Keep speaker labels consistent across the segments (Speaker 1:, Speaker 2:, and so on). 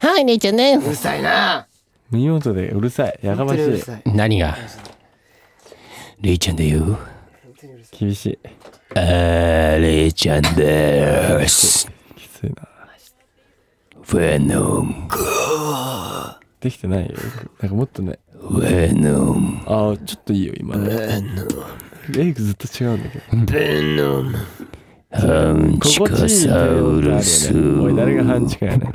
Speaker 1: はい、姉ちゃんね。
Speaker 2: うるさいな
Speaker 3: 耳元でうるさいやか
Speaker 2: 本
Speaker 3: まし
Speaker 2: 当にうる
Speaker 3: い
Speaker 2: さい
Speaker 1: 何がレイちゃんだよ。
Speaker 3: 厳しい
Speaker 1: あー、レイちゃんです。
Speaker 3: きついな
Speaker 1: フェノン、
Speaker 3: できてないよよくなんかもっとね
Speaker 1: フェノン、
Speaker 3: ああちょっといいよ今レイクずっと違うんだけど
Speaker 1: ハンチ
Speaker 3: 心
Speaker 1: カ
Speaker 3: 地いい
Speaker 1: サウルス、
Speaker 3: おい誰が半地下やねん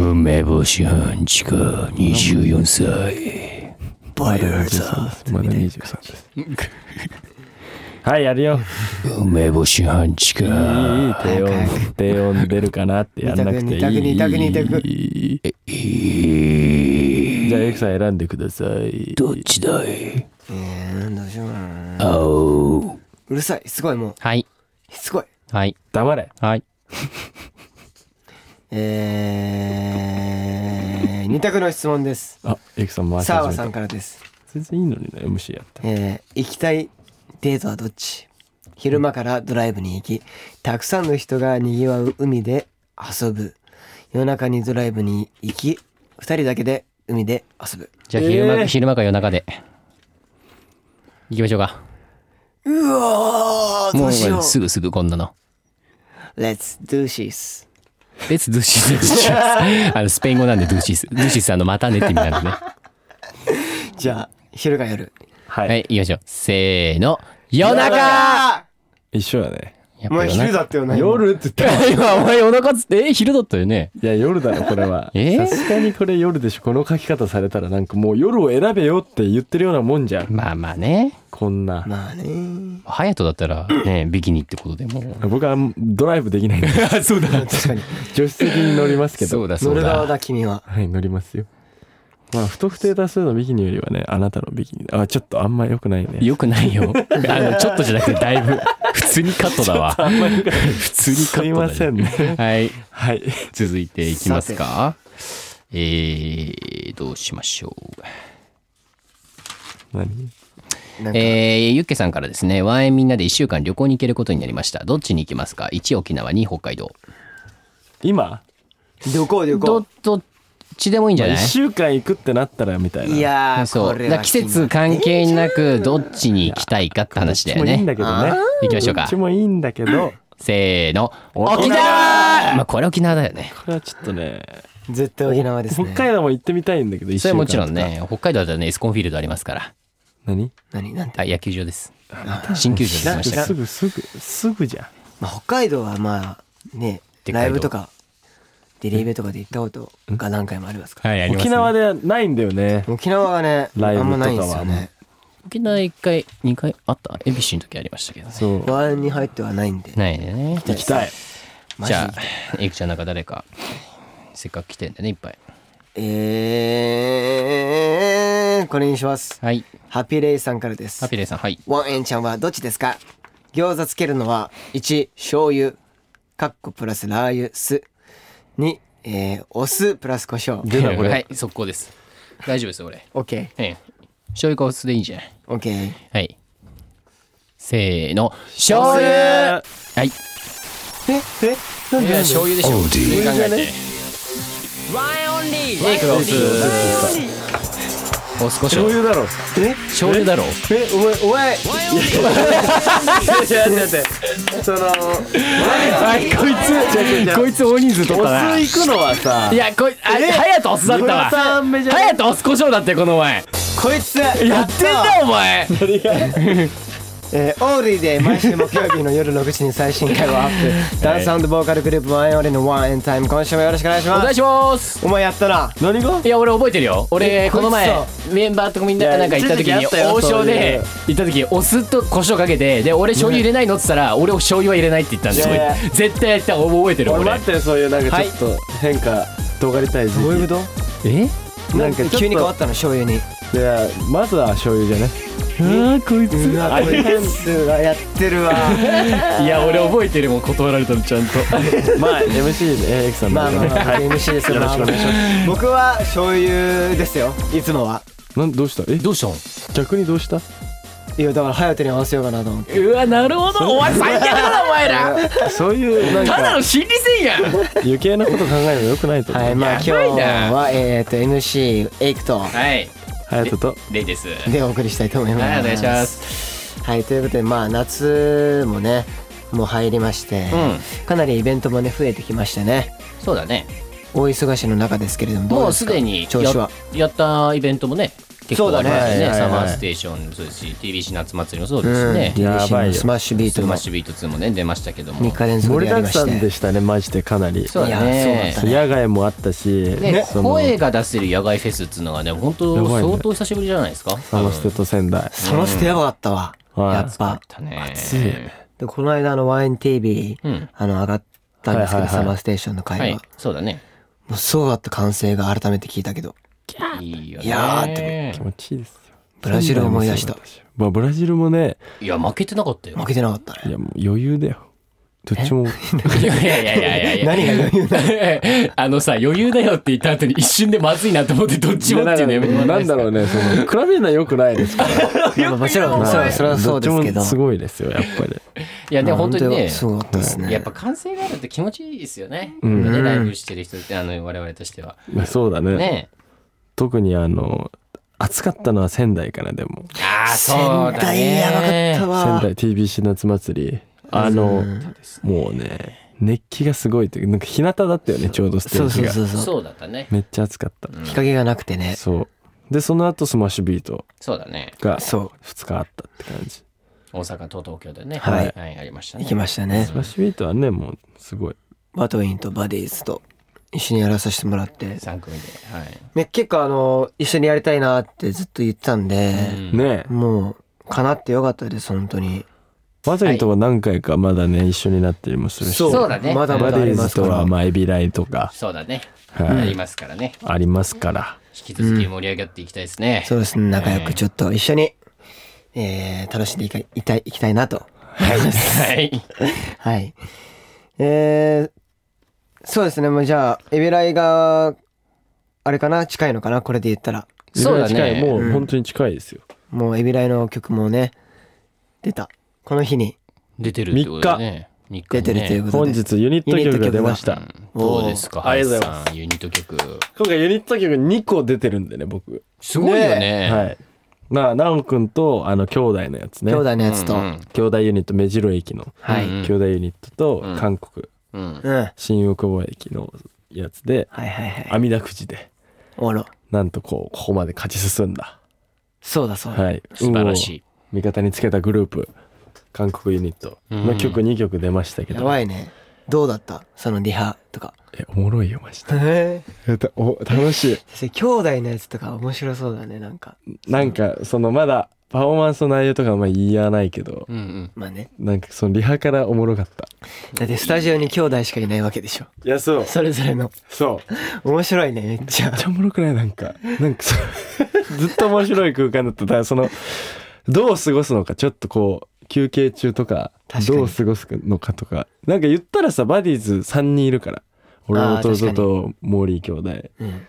Speaker 1: 梅干しハンチカ、24歳。
Speaker 2: バイオ
Speaker 3: まだ23ですはいやるよ
Speaker 1: 梅干しハンチ
Speaker 3: いい
Speaker 1: カ。
Speaker 3: いい低音低音出るかなってやんなくていい
Speaker 2: 二択二択二択
Speaker 3: じゃあエクさん選んでください
Speaker 1: どっちだい
Speaker 2: どうしようかな
Speaker 1: 青。
Speaker 2: うるさいすごいもう
Speaker 1: はい、
Speaker 2: すごい
Speaker 1: はい、
Speaker 3: 黙れ
Speaker 1: はい。
Speaker 2: えー、二択の質問です
Speaker 3: あエクさん回し
Speaker 2: 澤
Speaker 3: 始
Speaker 2: 和
Speaker 3: め
Speaker 2: さん
Speaker 3: た
Speaker 2: からです
Speaker 3: 全然いいのにね MC やって
Speaker 2: えー行きたいデートはどっち昼間からドライブに行きたくさんの人がにぎわう海で遊ぶ夜中にドライブに行き二人だけで海で遊ぶ
Speaker 4: じゃあ昼間、
Speaker 3: えー
Speaker 4: 昼間か夜中で行きましょうか
Speaker 2: うわーど
Speaker 4: も
Speaker 2: う
Speaker 4: う
Speaker 2: しよう
Speaker 4: すぐすぐこんなの
Speaker 2: Let's do this
Speaker 4: レッツドゥシスドゥシスあのスペイン語なんでドゥシスドゥシスあのまたねって意味なんでね
Speaker 2: じゃあ昼か夜
Speaker 3: はい、
Speaker 4: はい行きましょうせーの夜中
Speaker 3: 一緒やね
Speaker 4: やっぱ
Speaker 2: お前
Speaker 4: 夜中
Speaker 2: 昼だったよな今
Speaker 3: 夜って言った
Speaker 4: 今お前夜中っつってえ昼だったよね
Speaker 3: いや夜だろこれは
Speaker 4: え
Speaker 3: さすがにこれ夜でしょこの書き方されたらなんかもう夜を選べよって言ってるようなもんじゃん
Speaker 4: まあまあね
Speaker 3: こんな
Speaker 2: まあね
Speaker 4: ハヤトだったらねビキニってことでもう
Speaker 3: 僕はドライブでき ないんで
Speaker 4: そうだ
Speaker 2: 確かに
Speaker 3: 助手席に乗りますけど
Speaker 4: そうだそ
Speaker 2: 乗
Speaker 4: う
Speaker 2: る側
Speaker 4: だ
Speaker 2: だ君は
Speaker 3: はい乗りますよまあ不特定多数のビキニよりはねあなたのビキニあちょっとあんま良くないね
Speaker 4: よくないよあのちょっとじゃなくてだいぶ普通にカットだわ普通にカ
Speaker 3: すい
Speaker 4: ットだ、
Speaker 3: ま
Speaker 4: ね、
Speaker 3: せんね
Speaker 4: はい
Speaker 3: はい
Speaker 4: 続いていきますかえー、どうしましょう
Speaker 3: 何
Speaker 2: なんか
Speaker 4: えー、ユッケさんからですね「ワンエンみんなで1週間旅行に行けることになりましたどっちに行きますか ?1 沖縄2北海道
Speaker 3: 今
Speaker 2: 旅行旅行
Speaker 4: どどっちでもいいんじゃない、
Speaker 3: 1週間行くってなったらみたいない
Speaker 2: やー
Speaker 4: そ
Speaker 2: こ
Speaker 4: うだ
Speaker 2: れ
Speaker 4: から
Speaker 2: は
Speaker 4: 季節関係なくどっちに行きたいかって話だ
Speaker 3: ど
Speaker 4: よ
Speaker 3: っちもいいんだ
Speaker 4: ね
Speaker 3: けどね
Speaker 4: 行きましょう
Speaker 3: どっ
Speaker 4: か
Speaker 3: ちもいいんだけど
Speaker 4: せーの
Speaker 3: 沖縄
Speaker 4: 沖縄まあこれ沖縄だよね
Speaker 3: これはちょっとね
Speaker 2: 絶対沖縄ですね
Speaker 3: 北海道も行ってみたいんだけど一週
Speaker 4: それ
Speaker 3: 間
Speaker 4: はもちろんね北海道だとねエスコンフィールドありますから
Speaker 3: 何
Speaker 2: 何なんて
Speaker 4: あ野球場です新球場に
Speaker 3: だ
Speaker 4: 来
Speaker 3: っ
Speaker 4: ま
Speaker 3: て
Speaker 4: した
Speaker 3: す
Speaker 4: けど
Speaker 3: ぐすぐすぐじゃん
Speaker 2: まあ、北海道はまあね
Speaker 4: でっかい
Speaker 2: ラ
Speaker 4: 道
Speaker 2: イブとかデリーベとかで行ったことが何回もありますから、
Speaker 4: はいあります
Speaker 3: 沖
Speaker 4: ね
Speaker 3: 縄ではないんだよね
Speaker 2: 沖縄はね
Speaker 3: ライブ
Speaker 2: あんまないんで
Speaker 3: と
Speaker 2: す
Speaker 3: かは
Speaker 2: よね
Speaker 4: 沖縄1回2回あった恵比寿の時ありましたけどね
Speaker 3: そう
Speaker 2: ワンに入ってはないんで
Speaker 4: ないね
Speaker 3: 行きたい
Speaker 2: マジ
Speaker 4: じ
Speaker 2: で
Speaker 4: ゃあエクちゃんなんか誰かせっかく来てんだねいっぱい
Speaker 2: えー、これにします
Speaker 4: はい
Speaker 2: ハッピーレイさんからです
Speaker 4: ハピレイさんはい
Speaker 2: ワンエンちゃんはどっちですか餃子つけるのは1醤油かっこプラスラー油酢2、えー、お酢プラス胡椒
Speaker 3: 出たこ
Speaker 4: は
Speaker 3: れ
Speaker 4: い速攻です大丈夫です俺
Speaker 2: OKOK
Speaker 4: ええ醤油かお酢でいいんじゃない
Speaker 2: ー
Speaker 4: はいせーの醤油はいい
Speaker 2: ええなんで
Speaker 4: や醤油でしょ普通に考えてワンエンオンリーレイクがお酢お酢胡
Speaker 3: 醤
Speaker 4: 椒
Speaker 3: 油だろ
Speaker 2: え
Speaker 4: 醤油だろ
Speaker 2: えお前お前
Speaker 3: いやいやいや
Speaker 2: その
Speaker 4: はいこいつこいつ大人数取ったな
Speaker 3: お酢行くのはさ
Speaker 4: いやこいあれ早とお酢だったわ
Speaker 3: さん目じゃ
Speaker 4: 早とお酢胡椒だってこの前
Speaker 2: こいつ
Speaker 4: やってんだお前
Speaker 2: えー、オールリーで毎週木曜日の夜6時に最新回をアップダンスボーカルグループワンエンオレのワンエンタイム今週もよろしくお願いし
Speaker 4: お願
Speaker 2: ま
Speaker 4: い
Speaker 2: す
Speaker 4: します
Speaker 2: お前やったない
Speaker 3: 何が
Speaker 4: いや俺覚えてるよ俺
Speaker 2: え
Speaker 4: この前
Speaker 2: こ
Speaker 4: メンバーとみん
Speaker 3: い
Speaker 4: な
Speaker 3: や
Speaker 4: なんか行った時
Speaker 3: 一時期
Speaker 4: に
Speaker 3: あったよ
Speaker 4: 王将で行った時お酢と胡椒かけてで俺醤油入れないのっつったら俺醤油は入れないって言ったんです
Speaker 3: い
Speaker 4: よ
Speaker 3: やい
Speaker 4: 絶対やった覚えてる
Speaker 3: 俺
Speaker 4: 俺
Speaker 3: 待ってよそういうなんかちょっと変化尖りたい時期
Speaker 2: どういうこ
Speaker 4: え
Speaker 2: となんか急に変わったの醤油に
Speaker 3: いやまずは醤油じゃね
Speaker 4: あこいつ
Speaker 2: うわこいつがやってるわ
Speaker 4: いや俺覚えてるもん断られたのちゃんと
Speaker 3: まあ MC でエイクさん
Speaker 2: ま
Speaker 3: な
Speaker 2: あ
Speaker 3: んで
Speaker 2: まあ、
Speaker 3: ね
Speaker 2: まあ、MC です
Speaker 3: よろしくお願いし
Speaker 2: ます僕は醤油ですよいつもは
Speaker 3: なんどうしたえ
Speaker 4: どうしたの
Speaker 3: 逆にどうした
Speaker 2: いやだから隼人に合わせようかなと思って
Speaker 4: うわなるほどお前最悪だなお前ら
Speaker 3: そういうなん
Speaker 4: ただ
Speaker 3: か
Speaker 4: の心理戦や ん
Speaker 3: 余計なこと考えるのよくないと思
Speaker 2: はいうまあ
Speaker 4: や
Speaker 2: 今日
Speaker 4: ばいな
Speaker 2: はえっと MC エイクと
Speaker 4: はい
Speaker 3: 隼人と
Speaker 4: レイですは
Speaker 2: でお送りしたいと思いま
Speaker 4: い
Speaker 2: す
Speaker 4: お願いします
Speaker 2: はいということでまあ夏もねもう入りまして、
Speaker 4: う
Speaker 2: かなりイベントもね増えてきましてね
Speaker 4: そうだね
Speaker 2: 大忙しの中ですけれどもど
Speaker 4: もう
Speaker 2: です
Speaker 4: す
Speaker 2: か
Speaker 4: でに
Speaker 2: 調子は
Speaker 4: ややったイベントもね結構ありました
Speaker 2: そうだね
Speaker 4: ね
Speaker 2: はい
Speaker 4: サ
Speaker 2: はい
Speaker 4: マ
Speaker 2: はい
Speaker 4: ーステーションもそうですし TBC 夏祭りもそう
Speaker 2: う
Speaker 4: ですし
Speaker 2: ん、
Speaker 4: ね、
Speaker 3: やばいよ
Speaker 2: DBC のスマッシュビー
Speaker 4: ス
Speaker 2: ト
Speaker 4: マ
Speaker 2: も
Speaker 4: ッシュビート2もね出ましたけども
Speaker 2: 3日連続
Speaker 3: 盛
Speaker 2: で
Speaker 3: り
Speaker 2: や
Speaker 3: だ
Speaker 2: り
Speaker 3: く
Speaker 2: まし
Speaker 3: さんで
Speaker 2: て
Speaker 3: したねマジでかなり
Speaker 4: そうだ
Speaker 2: いや
Speaker 4: ね
Speaker 2: そうだった
Speaker 3: 野外もあったし、
Speaker 4: ね、
Speaker 3: その
Speaker 4: 声が出せる野外フェスっつうのがね本当
Speaker 3: やばいね
Speaker 4: 相当久しぶりじゃないですか
Speaker 3: サマステと仙台
Speaker 2: その人やばかったわ、
Speaker 3: はい
Speaker 2: やっぱ
Speaker 4: だね
Speaker 3: 暑いね
Speaker 2: でこの間あのワイン TV、
Speaker 4: うん
Speaker 2: あの上がったんですけど、
Speaker 3: はいはいはい
Speaker 2: サマーステーションの会話、
Speaker 4: はいそうだね
Speaker 2: もうすごかった歓声が改めて聞いたけど
Speaker 4: いいよね
Speaker 2: いやーって
Speaker 3: 気持ちいいですよ
Speaker 2: ブラジルを思い出した
Speaker 3: まあブラジルもね
Speaker 4: いや負けてなか ったよ
Speaker 2: 負けてなかった
Speaker 3: い
Speaker 2: ね
Speaker 3: やもう余裕だよどっちも
Speaker 4: いやいやいやいやいや
Speaker 2: 何が余裕
Speaker 4: 裕あのさ余裕だよって言った後に一瞬でまずいなと思ってどっちもっていうのやめても
Speaker 3: な
Speaker 4: ら
Speaker 3: んだろうねそ の比べるのはよくないですから
Speaker 2: まあもちろんそ
Speaker 3: は
Speaker 2: う
Speaker 3: い
Speaker 2: それはそうですけ
Speaker 3: ど
Speaker 2: ど
Speaker 3: っちもすごいですよやっぱ り
Speaker 4: いやでも本当にね
Speaker 2: すごかったですね
Speaker 4: やっぱ歓声があるって気持ちいいですよね,、
Speaker 3: ん
Speaker 4: ねライブしてる人ってあの我々としては
Speaker 3: まあそうだね
Speaker 4: ね
Speaker 3: 特にあの暑かったのは仙台かなでも
Speaker 4: ああ
Speaker 2: 仙
Speaker 4: そうだ
Speaker 2: 台やば
Speaker 4: ね
Speaker 2: かった
Speaker 3: 仙
Speaker 2: わ
Speaker 3: 台 TBC 夏祭りあのもうね熱気がすごいというかなんか日向だったよねちょうどステ
Speaker 2: そ
Speaker 3: ー
Speaker 2: う
Speaker 3: ジ
Speaker 2: そう
Speaker 3: が
Speaker 2: そうそう
Speaker 4: そうだったね
Speaker 3: めっちゃ暑かった
Speaker 2: 日陰がなくてね
Speaker 3: そうでその後スマッシュビート
Speaker 4: そうだね
Speaker 3: が
Speaker 2: そう
Speaker 3: 2日あったって感じ
Speaker 4: 大阪と東京でね
Speaker 2: はい
Speaker 4: ありましたね
Speaker 2: 行きましたね
Speaker 3: スマッシュビートはねもうすごい
Speaker 2: バトウィンとバディーズと一緒にやらさせてもらって
Speaker 4: 3組ではい
Speaker 2: ね結構あの一緒にやりたいなってずっと言ってたんで、
Speaker 3: ね
Speaker 2: もう叶ってよかったです本当に
Speaker 3: バトリーとは何回かまだね一緒になったりもするし
Speaker 4: そうだね
Speaker 2: まだま
Speaker 3: バ
Speaker 2: だ
Speaker 3: デ
Speaker 2: あり
Speaker 3: ィー
Speaker 2: ま
Speaker 3: ズ
Speaker 2: すか
Speaker 3: と
Speaker 2: ら
Speaker 3: はまあエビライとか
Speaker 4: そうだね。
Speaker 3: はい
Speaker 4: ありますからね。
Speaker 3: ありますから
Speaker 4: 引き続き盛り上がっていきたいですね。
Speaker 2: そうですね仲良くちょっと一緒に、えー楽しんでいかいたいいきたいなと
Speaker 4: はい。
Speaker 2: はいえー、そうですねもうじゃあエビライがあれかな近いのかなこれで言ったら
Speaker 4: そうだね
Speaker 3: エビライ近いもう本当に近いですよ
Speaker 2: もうエビライの曲もね出たこの日に
Speaker 4: 出てるってことだね。3日
Speaker 2: 出てるという
Speaker 4: こ
Speaker 2: こと
Speaker 3: 本
Speaker 2: で、
Speaker 3: 日ユニット曲が出ました
Speaker 4: どうですか
Speaker 3: おー
Speaker 4: 林さ
Speaker 3: あり
Speaker 4: ん
Speaker 3: がとうござい
Speaker 4: ユニット曲。
Speaker 3: 今回ユニット曲2個出てるんでね僕
Speaker 4: すごいよね。
Speaker 3: はいまあ奈くんとあの兄弟のやつね
Speaker 2: 兄弟のやつと、
Speaker 4: うんうん
Speaker 3: 兄弟ユニット目白駅の
Speaker 2: はい、
Speaker 4: うん
Speaker 3: 兄弟ユニットと韓国
Speaker 4: うん。
Speaker 2: うんはい
Speaker 3: 新大久保駅のやつで
Speaker 2: はいはい
Speaker 3: 網田くじで
Speaker 2: おろ
Speaker 3: なんとこうここまで勝ち進んだ
Speaker 2: そうだそうだ、
Speaker 3: はい
Speaker 4: 素晴らしい。
Speaker 3: 運を味方につけたグループ韓国ユニットの曲2曲出ましたけ
Speaker 2: や
Speaker 3: ど、
Speaker 2: ばいねどうだったそのリハとか
Speaker 3: えおもろいよマジで
Speaker 2: へ
Speaker 3: えっとお楽しい
Speaker 2: え兄弟のやつとか面白そうだねなんか
Speaker 3: なんかそのまだパフォーマンスの内容とかはまあ言い合わないけど
Speaker 4: うんうん。
Speaker 2: まあね
Speaker 3: なんかそのリハからおもろかった
Speaker 2: だってスタジオに兄弟しかいないわけでしょ
Speaker 3: いやそう
Speaker 2: それぞれの
Speaker 3: そうめっ
Speaker 2: 面白いねめっちゃ
Speaker 3: ちゃおもろくないなんかなんかそう ずっと面白い空間だっただからそのどう過ごすのかちょっとこう休憩中とか
Speaker 2: 確かに
Speaker 3: どう過ごすのかとかなんか言ったらさバディーズ3人いるから俺の
Speaker 2: あー確か
Speaker 3: 弟
Speaker 2: に
Speaker 3: とモーリー兄弟
Speaker 2: うん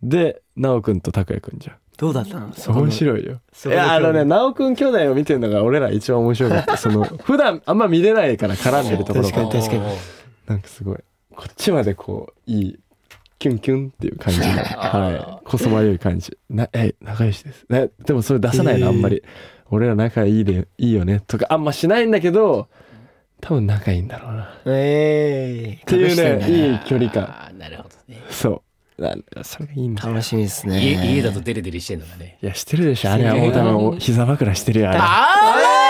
Speaker 3: で奈くんと拓也くんじゃん
Speaker 2: どうだったのそこの
Speaker 3: 面白いよ。い
Speaker 2: そこの
Speaker 3: やあのね
Speaker 2: 興味
Speaker 3: 直くん兄弟を見てるのが俺ら一番面白かったその普段あんま見れないから絡んでるところ
Speaker 2: 確かに
Speaker 3: が
Speaker 2: 確かに
Speaker 3: なんかすごいこっちまでこういいキュンキュンっていう 感じのはいこそばゆい感じなえ仲良しですねでもそれ出さないのあんまり、俺ら仲いいでいいよねとかあんましないんだけど多分仲いいんだろうな
Speaker 2: ええ
Speaker 3: っていうね
Speaker 2: 隠してんだね
Speaker 3: いい距離感
Speaker 4: あーなるほどね。
Speaker 3: そうなんだそれがいいんだよ
Speaker 2: 楽しみです
Speaker 4: 家
Speaker 2: ね
Speaker 4: 家だとデレデレしてんのがね。
Speaker 3: いやしてるでしょあれはもう多分お膝枕してるよあれ
Speaker 4: あーい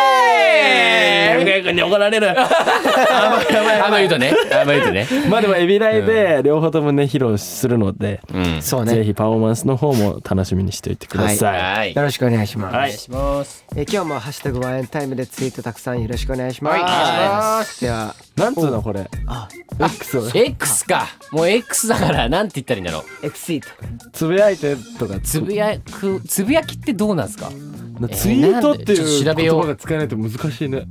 Speaker 3: 君に怒られる
Speaker 4: あんま言うとね。あんま言うとね。
Speaker 3: まあでもエビライで両方ともね披露するので、
Speaker 4: うん。
Speaker 2: そう
Speaker 3: ぜ
Speaker 2: ね
Speaker 3: ひパフォーマンスの方も楽しみにしておいてください。
Speaker 4: はい。
Speaker 2: よろしくお願いします、
Speaker 4: お願いします。
Speaker 2: え今日も「ハッシュタグワインタイム」でツイートたくさんよろしくお願いします、
Speaker 4: はいお願いしま
Speaker 2: では
Speaker 3: なんつうのこれ
Speaker 2: あ
Speaker 3: X を
Speaker 4: X か。もう X だから、なんて言ったらいいんだろう。
Speaker 2: エクシート
Speaker 3: つぶやいてとか
Speaker 4: つぶやく、つぶやきってどうなんですか
Speaker 3: ツイートっていう
Speaker 4: えーなんでちょっと調べ
Speaker 3: 言
Speaker 4: よう
Speaker 3: 葉が使えないと難しいね。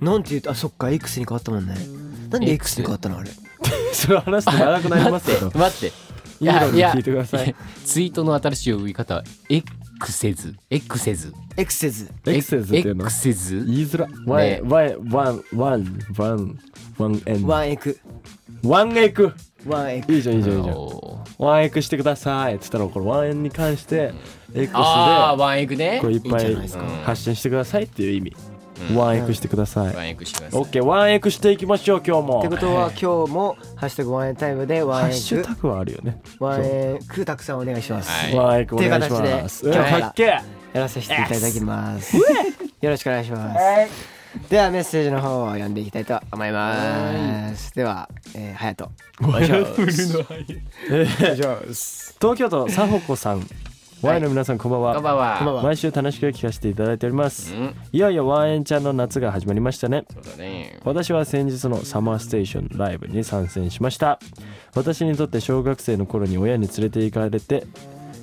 Speaker 2: なんて言うとあそっか X に変わったもんねなんで X に変わったのあれ
Speaker 3: それ話すと長くなりますけど。
Speaker 4: 待って。
Speaker 3: いいのに聞いてください。
Speaker 4: ツイートの新しい呼び方、クせず、エクせず、
Speaker 2: エクセズ
Speaker 3: エクセズっていう
Speaker 4: エ
Speaker 3: の
Speaker 4: クせず、
Speaker 3: 言いづら。ワ
Speaker 4: ね
Speaker 3: イ、ワイ、ワン、ワン、ワン、ワンエン。
Speaker 2: ワンエク
Speaker 3: ワンエク
Speaker 2: ワンエク
Speaker 3: いいじゃん、いいじゃん、いいじゃん。
Speaker 4: おー
Speaker 3: ワンエクしてくださいって言ったら、これワンエンに関して、エクスで、
Speaker 4: ああ、ワンエクね
Speaker 3: こ。ういっぱ
Speaker 2: いいんじゃ
Speaker 3: い
Speaker 2: ないですか
Speaker 3: 発信してくださいっていう意味。ワンエクしてください
Speaker 4: ワ。ンエクしてください
Speaker 3: オッケー、ワンエクしていきましょう、今日も。
Speaker 2: ってことは今日も「ハッシュタグワンエンタイム」でワ
Speaker 3: ハッ
Speaker 2: ンエ
Speaker 3: シュ
Speaker 2: ク
Speaker 3: タグはあるよね。
Speaker 2: ワンエクたくさんお願いします、
Speaker 4: はい
Speaker 3: ワンエクお願いします。
Speaker 2: ってい
Speaker 3: ん
Speaker 2: うう形で今日から
Speaker 3: かっけえ
Speaker 2: やらさせていただきますよろしくお願いします、ではメッセージの方を読んでいきたいと思いますでは、えー、はやと
Speaker 3: 東京都さほこさん。ワインの皆さん、こんばんは。
Speaker 4: こんばん
Speaker 2: こんば
Speaker 4: は。
Speaker 2: んは
Speaker 3: 毎週楽しく聞かせていただいております
Speaker 4: う。ん、
Speaker 3: いよいよワンエンちゃんの夏が始まりましたね。
Speaker 4: そうだね。
Speaker 3: 私は先日のサマーステーションライブに参戦しました私にとって小学生の頃に親に連れて行かれて、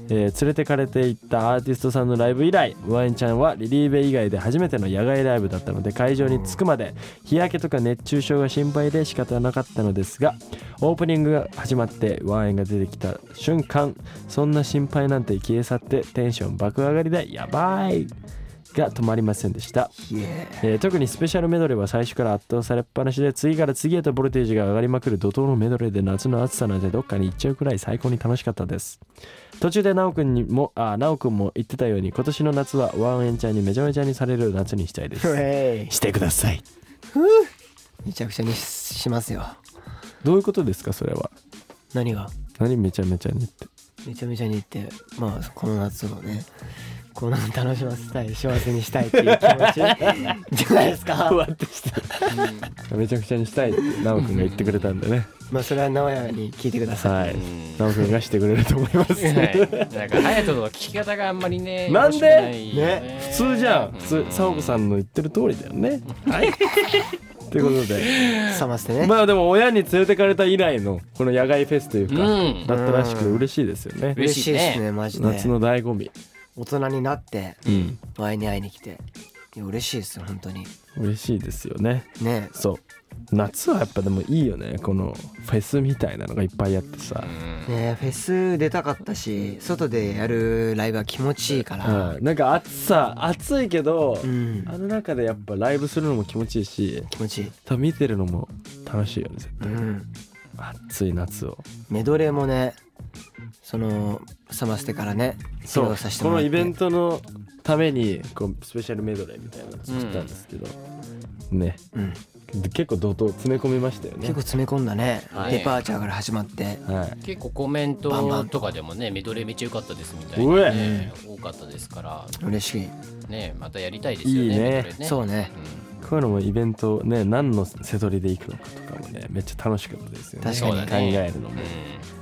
Speaker 3: えー連れてかれて行ったアーティストさんのライブ以来ワンちゃんはリリーベ以外で初めての野外ライブだったので会場に着くまで日焼けとか熱中症が心配で仕方なかったのですがオープニングが始まってワンエンが出てきた瞬間そんな心配なんて消え去ってテンション爆上がりでやばいが止まりませんでしたえー特にスペシャルメドレーは最初から圧倒されっぱなしで次から次へとボルテージが上がりまくる怒涛のメドレーで夏の暑さなんてどっかに行っちゃうくらい最高に楽しかったです途中で奈くんにもあ奈くんも言ってたように今年の夏はワンエンちゃんにめちゃめちゃにされる夏にしたいで す
Speaker 2: め
Speaker 3: してください
Speaker 2: ちゃくちゃにしますよ
Speaker 3: どういうことですかそれは
Speaker 2: 何が
Speaker 3: 何めちゃめちゃにって
Speaker 2: めちゃめちゃにってまあこの夏をねこの楽しませたい幸せにしたいっていう気持ちじゃないですか
Speaker 3: めちゃくちゃにしたいって奈くんが言ってくれたんでね
Speaker 2: まあそれは直哉に聞いてくださ い
Speaker 3: はい奈くんがしてくれると思います
Speaker 4: はい、なんか隼人の聞き方があんまりね。
Speaker 3: なんで
Speaker 4: よろしくないよ
Speaker 2: ね
Speaker 3: 普通じゃん普通サオコさんの言ってる通りだよねはい ということで
Speaker 2: 冷ませてね、
Speaker 3: まあでも親に連れてかれた以来のこの野外フェスというか、
Speaker 4: うん
Speaker 3: だったらしく嬉しいですよね、
Speaker 2: 嬉しいですねマジで
Speaker 3: 夏の醍醐味
Speaker 2: 大人になって
Speaker 3: うん
Speaker 2: ワイに会いに来ていや嬉しいですよ本当に
Speaker 3: 嬉しいですよね
Speaker 2: ね
Speaker 3: そう夏はやっぱでもいいよねこのフェスみたいなのがいっぱいあってさ、
Speaker 2: ねフェス出たかったし外でやるライブは気持ちいいから、
Speaker 3: うん、なんか暑さ暑いけど、
Speaker 2: うん
Speaker 3: あの中でやっぱライブするのも気持ちいいし
Speaker 2: 気持ちいい、
Speaker 3: 多分見てるのも楽しいよね絶
Speaker 2: う
Speaker 3: 対、
Speaker 2: ん、
Speaker 3: 暑い夏を
Speaker 2: メドレーもねそのサマステからね披
Speaker 3: そう
Speaker 2: 露させて
Speaker 3: こ
Speaker 2: もら
Speaker 3: の
Speaker 2: って
Speaker 3: イベントのためにこうスペシャルメドレーみたいなの作ったんですけど、ね
Speaker 2: うん、
Speaker 3: で結構怒涛詰め込みましたよね
Speaker 2: 結構詰め込んだね、
Speaker 4: はい
Speaker 2: デパーチャーから始まって
Speaker 3: はい
Speaker 4: 結構コメン
Speaker 2: バンバ
Speaker 4: ト
Speaker 2: ン
Speaker 4: とかでもね、メドレーめっちゃ良かったですみたいな、ね、多かったですから、
Speaker 2: 嬉しい、
Speaker 4: ね、またやりたいですよね。
Speaker 3: いいね
Speaker 4: メドレーね
Speaker 2: そうね
Speaker 3: こういうのもイベントね何の瀬取りで行くのかとかもねめっちゃ楽しかったですよね
Speaker 2: 確かに
Speaker 4: そ
Speaker 3: 考
Speaker 4: うだね
Speaker 3: えるのも、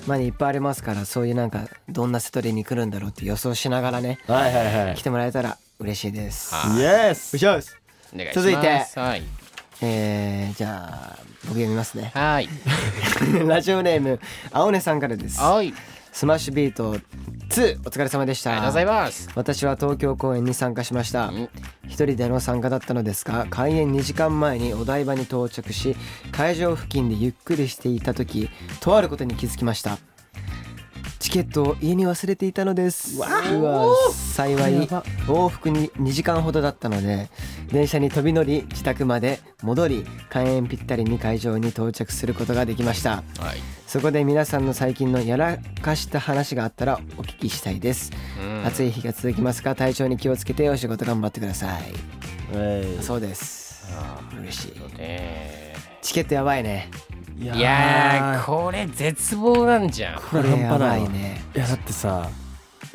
Speaker 2: まあねいっぱいありますからそういうなんかどんなセトリに来るんだろうって予想しながらね
Speaker 3: はいはいはい
Speaker 2: 来てもらえたら嬉しいです
Speaker 4: は
Speaker 3: イエス
Speaker 2: します
Speaker 4: うん、お願いします。
Speaker 2: 続いて
Speaker 4: はい。
Speaker 2: えー、じゃあ僕読みますね
Speaker 4: はい。
Speaker 2: ラジオネーム青根さんからです
Speaker 4: はい。あり
Speaker 2: スマッシュビート2お疲れ様でした
Speaker 4: がとうございます。
Speaker 2: 私は東京公演に参加しました
Speaker 4: ん
Speaker 2: 一人での参加だったのですが開演2時間前にお台場に到着し会場付近でゆっくりしていた時とあることに気づきましたチケットを家に忘れていたのですうわ幸い往復に2時間ほどだったので電車に飛び乗り自宅まで戻り開演ぴったりに会場に到着することができました
Speaker 4: はい。
Speaker 2: そこで皆さんの最近のやらかした話があったらお聞きしたいです、
Speaker 4: うん
Speaker 2: 暑い日が続きますが体調に気をつけてお仕事頑張ってください
Speaker 3: え
Speaker 2: そうです嬉しい
Speaker 4: ね
Speaker 2: チケットやばいね
Speaker 3: いや
Speaker 4: いやー、これ絶望なんじゃん。
Speaker 3: こ
Speaker 2: こ
Speaker 3: れ
Speaker 2: れ
Speaker 3: 半
Speaker 2: や
Speaker 3: 端
Speaker 2: ば
Speaker 3: ない
Speaker 2: い
Speaker 3: わ
Speaker 2: ね
Speaker 3: いやだってさ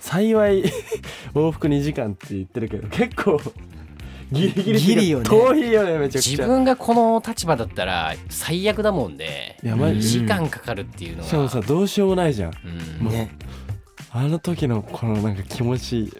Speaker 3: 幸い 往復2時間って言ってるけど結構 ギリギリ
Speaker 2: ギリよね
Speaker 3: 遠いよねめちゃくちゃ
Speaker 4: 自分がこの立場だったら最悪だもんで、
Speaker 3: いやマジ
Speaker 4: 2時間かかるっていうの
Speaker 3: しかもさ
Speaker 4: は。
Speaker 3: どうしようもないじゃん
Speaker 4: うん
Speaker 3: もう
Speaker 2: ね
Speaker 3: あの時のこのなんか気持ち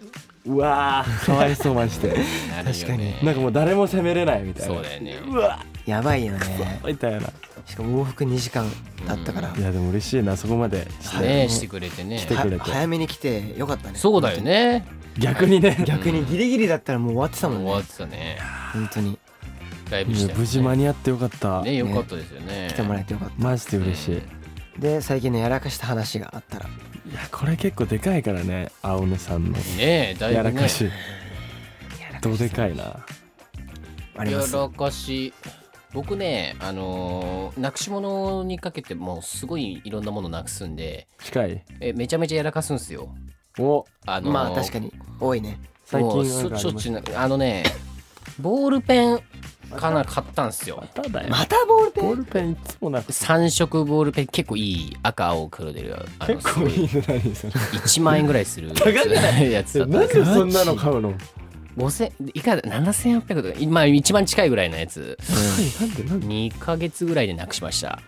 Speaker 3: うわーかわいそうまして
Speaker 4: なるよね
Speaker 3: なんかもう誰も責めれないみたいな
Speaker 4: そうだよね
Speaker 3: うわ
Speaker 2: やばいよね
Speaker 3: みたいな
Speaker 2: しかも往復2時間だったから、
Speaker 3: いやでも嬉しいなそこまでして、
Speaker 4: ねしてくれてね。
Speaker 3: て
Speaker 2: は
Speaker 3: くれて
Speaker 2: 早めに来てよかったね
Speaker 4: そうだよね。
Speaker 3: 逆にね
Speaker 2: 逆にギリギリだったらもう終わってたもん
Speaker 4: 終
Speaker 2: ね
Speaker 4: わってたね。
Speaker 2: 本当に
Speaker 4: ライブ
Speaker 3: い
Speaker 4: し
Speaker 3: や
Speaker 4: たよね
Speaker 3: 無事間に合ってよかった、
Speaker 4: ね、よかったですよね。
Speaker 2: 来てもらえてよかっ
Speaker 3: マジで嬉しい、
Speaker 2: たで最近のやらかした話があったら
Speaker 3: いいやこれ結構でかいからね青根さんの
Speaker 4: ねえ、だい
Speaker 3: や
Speaker 4: ぶ
Speaker 3: ら
Speaker 4: ね
Speaker 3: か。しどうでかいな
Speaker 2: あり
Speaker 4: や
Speaker 2: ます。
Speaker 4: らかし。僕ね、あのーなくし物にかけてもうすごいいろんなものなくすんで、
Speaker 3: 近い
Speaker 4: えめちゃめちゃやらかすんすよ。
Speaker 3: お
Speaker 4: あのー
Speaker 2: まあ確かに多いね。
Speaker 3: 最
Speaker 4: もう
Speaker 3: 近なんかありま
Speaker 4: そし
Speaker 3: す
Speaker 4: ょっちゅうなあのね、ボールペンかな買ったんすよ。
Speaker 3: ただよ
Speaker 2: またボールペ
Speaker 3: ボー
Speaker 2: ン
Speaker 3: ルペンいつもなく
Speaker 4: 3色ボールペン結構いい赤青黒でるあの
Speaker 3: 結構いいの何それ
Speaker 4: 1万円ぐらいする
Speaker 3: 高く
Speaker 4: やつ
Speaker 3: えな
Speaker 4: だった
Speaker 3: んん
Speaker 4: です
Speaker 3: で
Speaker 4: よ
Speaker 3: そんなの買うの
Speaker 4: 5000いかが7800とかまあ一番近いぐらいのやつ
Speaker 3: なんでなんで
Speaker 4: 2ヶ月ぐらいでなくしました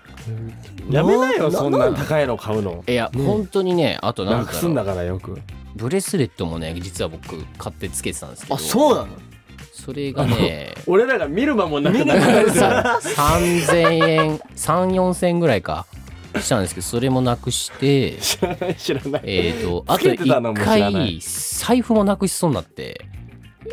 Speaker 3: やめなよそんな
Speaker 2: な
Speaker 3: 高いの買うの
Speaker 4: いや、本当にねあとな
Speaker 3: なんく
Speaker 4: だ
Speaker 3: す
Speaker 4: ろ
Speaker 3: ん
Speaker 4: う
Speaker 3: だからよく
Speaker 4: ブレスレットもね実は僕買ってつけてたんですけど
Speaker 2: あそうなの
Speaker 4: それがね
Speaker 3: 俺らが見る間もなくな
Speaker 4: さ3000円34000円ぐらいかしたんですけどそれもなくして
Speaker 3: 知らない知らない
Speaker 4: えー、と、あ
Speaker 3: つ
Speaker 4: と
Speaker 3: けてたの
Speaker 4: 一
Speaker 3: も知らない
Speaker 4: 回、財布もなくしそうになって、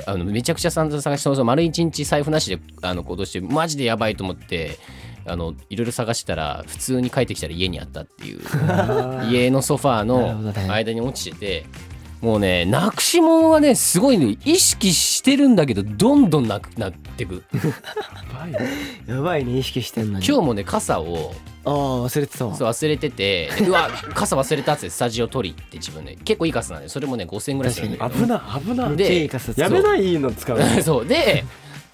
Speaker 4: あのめちゃくちゃ散々探して、そのその丸一日財布なしであの行動して、マジでやばいと思って、あのいろいろ探したら、普通に帰ってきたら家にあったっていう、家のソファー
Speaker 2: なるほ
Speaker 4: の
Speaker 2: どね
Speaker 4: 間に落ちてて、もうね、なくし物はね、すごいね、意識してるんだけど、どんどんなくなって く。
Speaker 3: やばいね
Speaker 2: やばいね意識してんのに。
Speaker 4: 今日もね、傘を
Speaker 2: ああ忘れてたわ。
Speaker 4: そう忘れてて、でうわ、傘忘れたっつって、スタジオ取り行って、自分で、結構いい傘なんで、それもね、5000円ぐらいするんだけど。
Speaker 3: 危な危な
Speaker 4: で
Speaker 2: 手いかさつ
Speaker 3: やめないいいの使うの
Speaker 4: そうで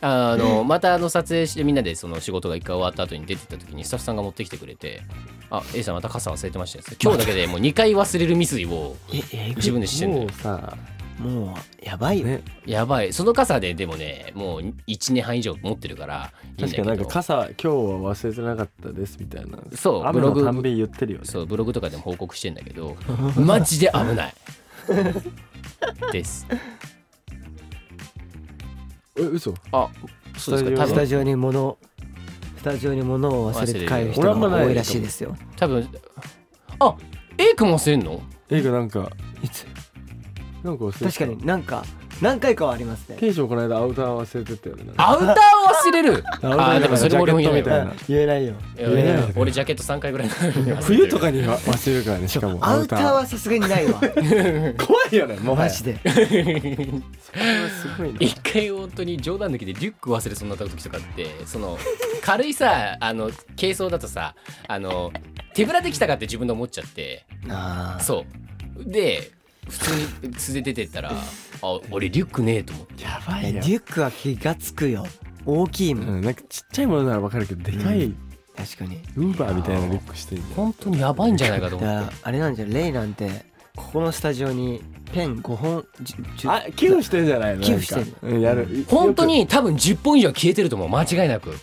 Speaker 4: あのまたあの撮影してみんなでその仕事が一回終わった後に出てった時にスタッフさんが持ってきてくれて「あ A さんまた傘忘れてましたよ」今日だけでもう2回忘れる未遂を
Speaker 2: ええぐ
Speaker 4: 自分でしてんの
Speaker 3: も
Speaker 4: よ
Speaker 3: うさ
Speaker 2: もうやばいよ。
Speaker 3: ね
Speaker 4: やばいその傘ででもねもう1年半以上持ってるからいいんだ
Speaker 3: 確
Speaker 4: け
Speaker 3: か
Speaker 4: ど
Speaker 3: なんか傘今日は忘れてなかったですみたいな
Speaker 4: そう
Speaker 3: 雨
Speaker 4: ブロ
Speaker 3: の
Speaker 4: グ
Speaker 3: たんびに言ってるよね
Speaker 4: そうブログとかでも報告してんだけどマジで危 ないです
Speaker 3: え嘘
Speaker 4: あそうですか多
Speaker 2: スタ
Speaker 4: 分
Speaker 2: ジオに物をスタジオに物を忘れて帰る人が多いらしいですよ。
Speaker 4: 多分あ A 君も忘れんの
Speaker 3: えがなんか
Speaker 2: いつ
Speaker 3: なんか忘れてた
Speaker 2: 確かになんか何回かはありますね。
Speaker 3: ケイションこの間アウター忘れてったよね
Speaker 4: アウターを忘れる
Speaker 3: ウター
Speaker 4: あーでもそれも俺も言えない
Speaker 3: ジャケットみたい
Speaker 4: わ
Speaker 3: な
Speaker 2: うん言えないよ。
Speaker 4: いや
Speaker 3: ねえ
Speaker 4: 俺ジャケット3回ぐらい
Speaker 3: 冬と
Speaker 4: か
Speaker 3: かには忘れるからねしか も
Speaker 2: アウターはさすがにないわ。
Speaker 3: 怖いよねもう
Speaker 2: マジで。
Speaker 3: すごいな
Speaker 4: 一回本当に冗談抜きでリュック忘れそうになった時とかってその軽いさあの軽装だとさあの手ぶらできたかって自分で思っちゃって
Speaker 2: ああ。
Speaker 4: そうで普通に素で出てったらあ俺リュックねえと思って
Speaker 3: やば
Speaker 2: え
Speaker 3: い
Speaker 2: リ
Speaker 3: よ
Speaker 2: ュックは気がつくよ。大きいも。
Speaker 3: うんんなんかちっちゃいものならわかるけどでかいウ
Speaker 2: 確かに。
Speaker 3: ーバーみたいなリュックしてんじゃん
Speaker 4: 本当にやばいんじゃないかと
Speaker 2: だ
Speaker 4: 思っ
Speaker 2: から
Speaker 4: て
Speaker 2: あれなんじゃレイなんてここのスタジオにペン5本じゅじゅ
Speaker 3: あ寄付してんじゃないの
Speaker 2: 寄付してんの
Speaker 3: なんかうんやる
Speaker 4: 本当に多分10本以上は消えてると思う間違いなく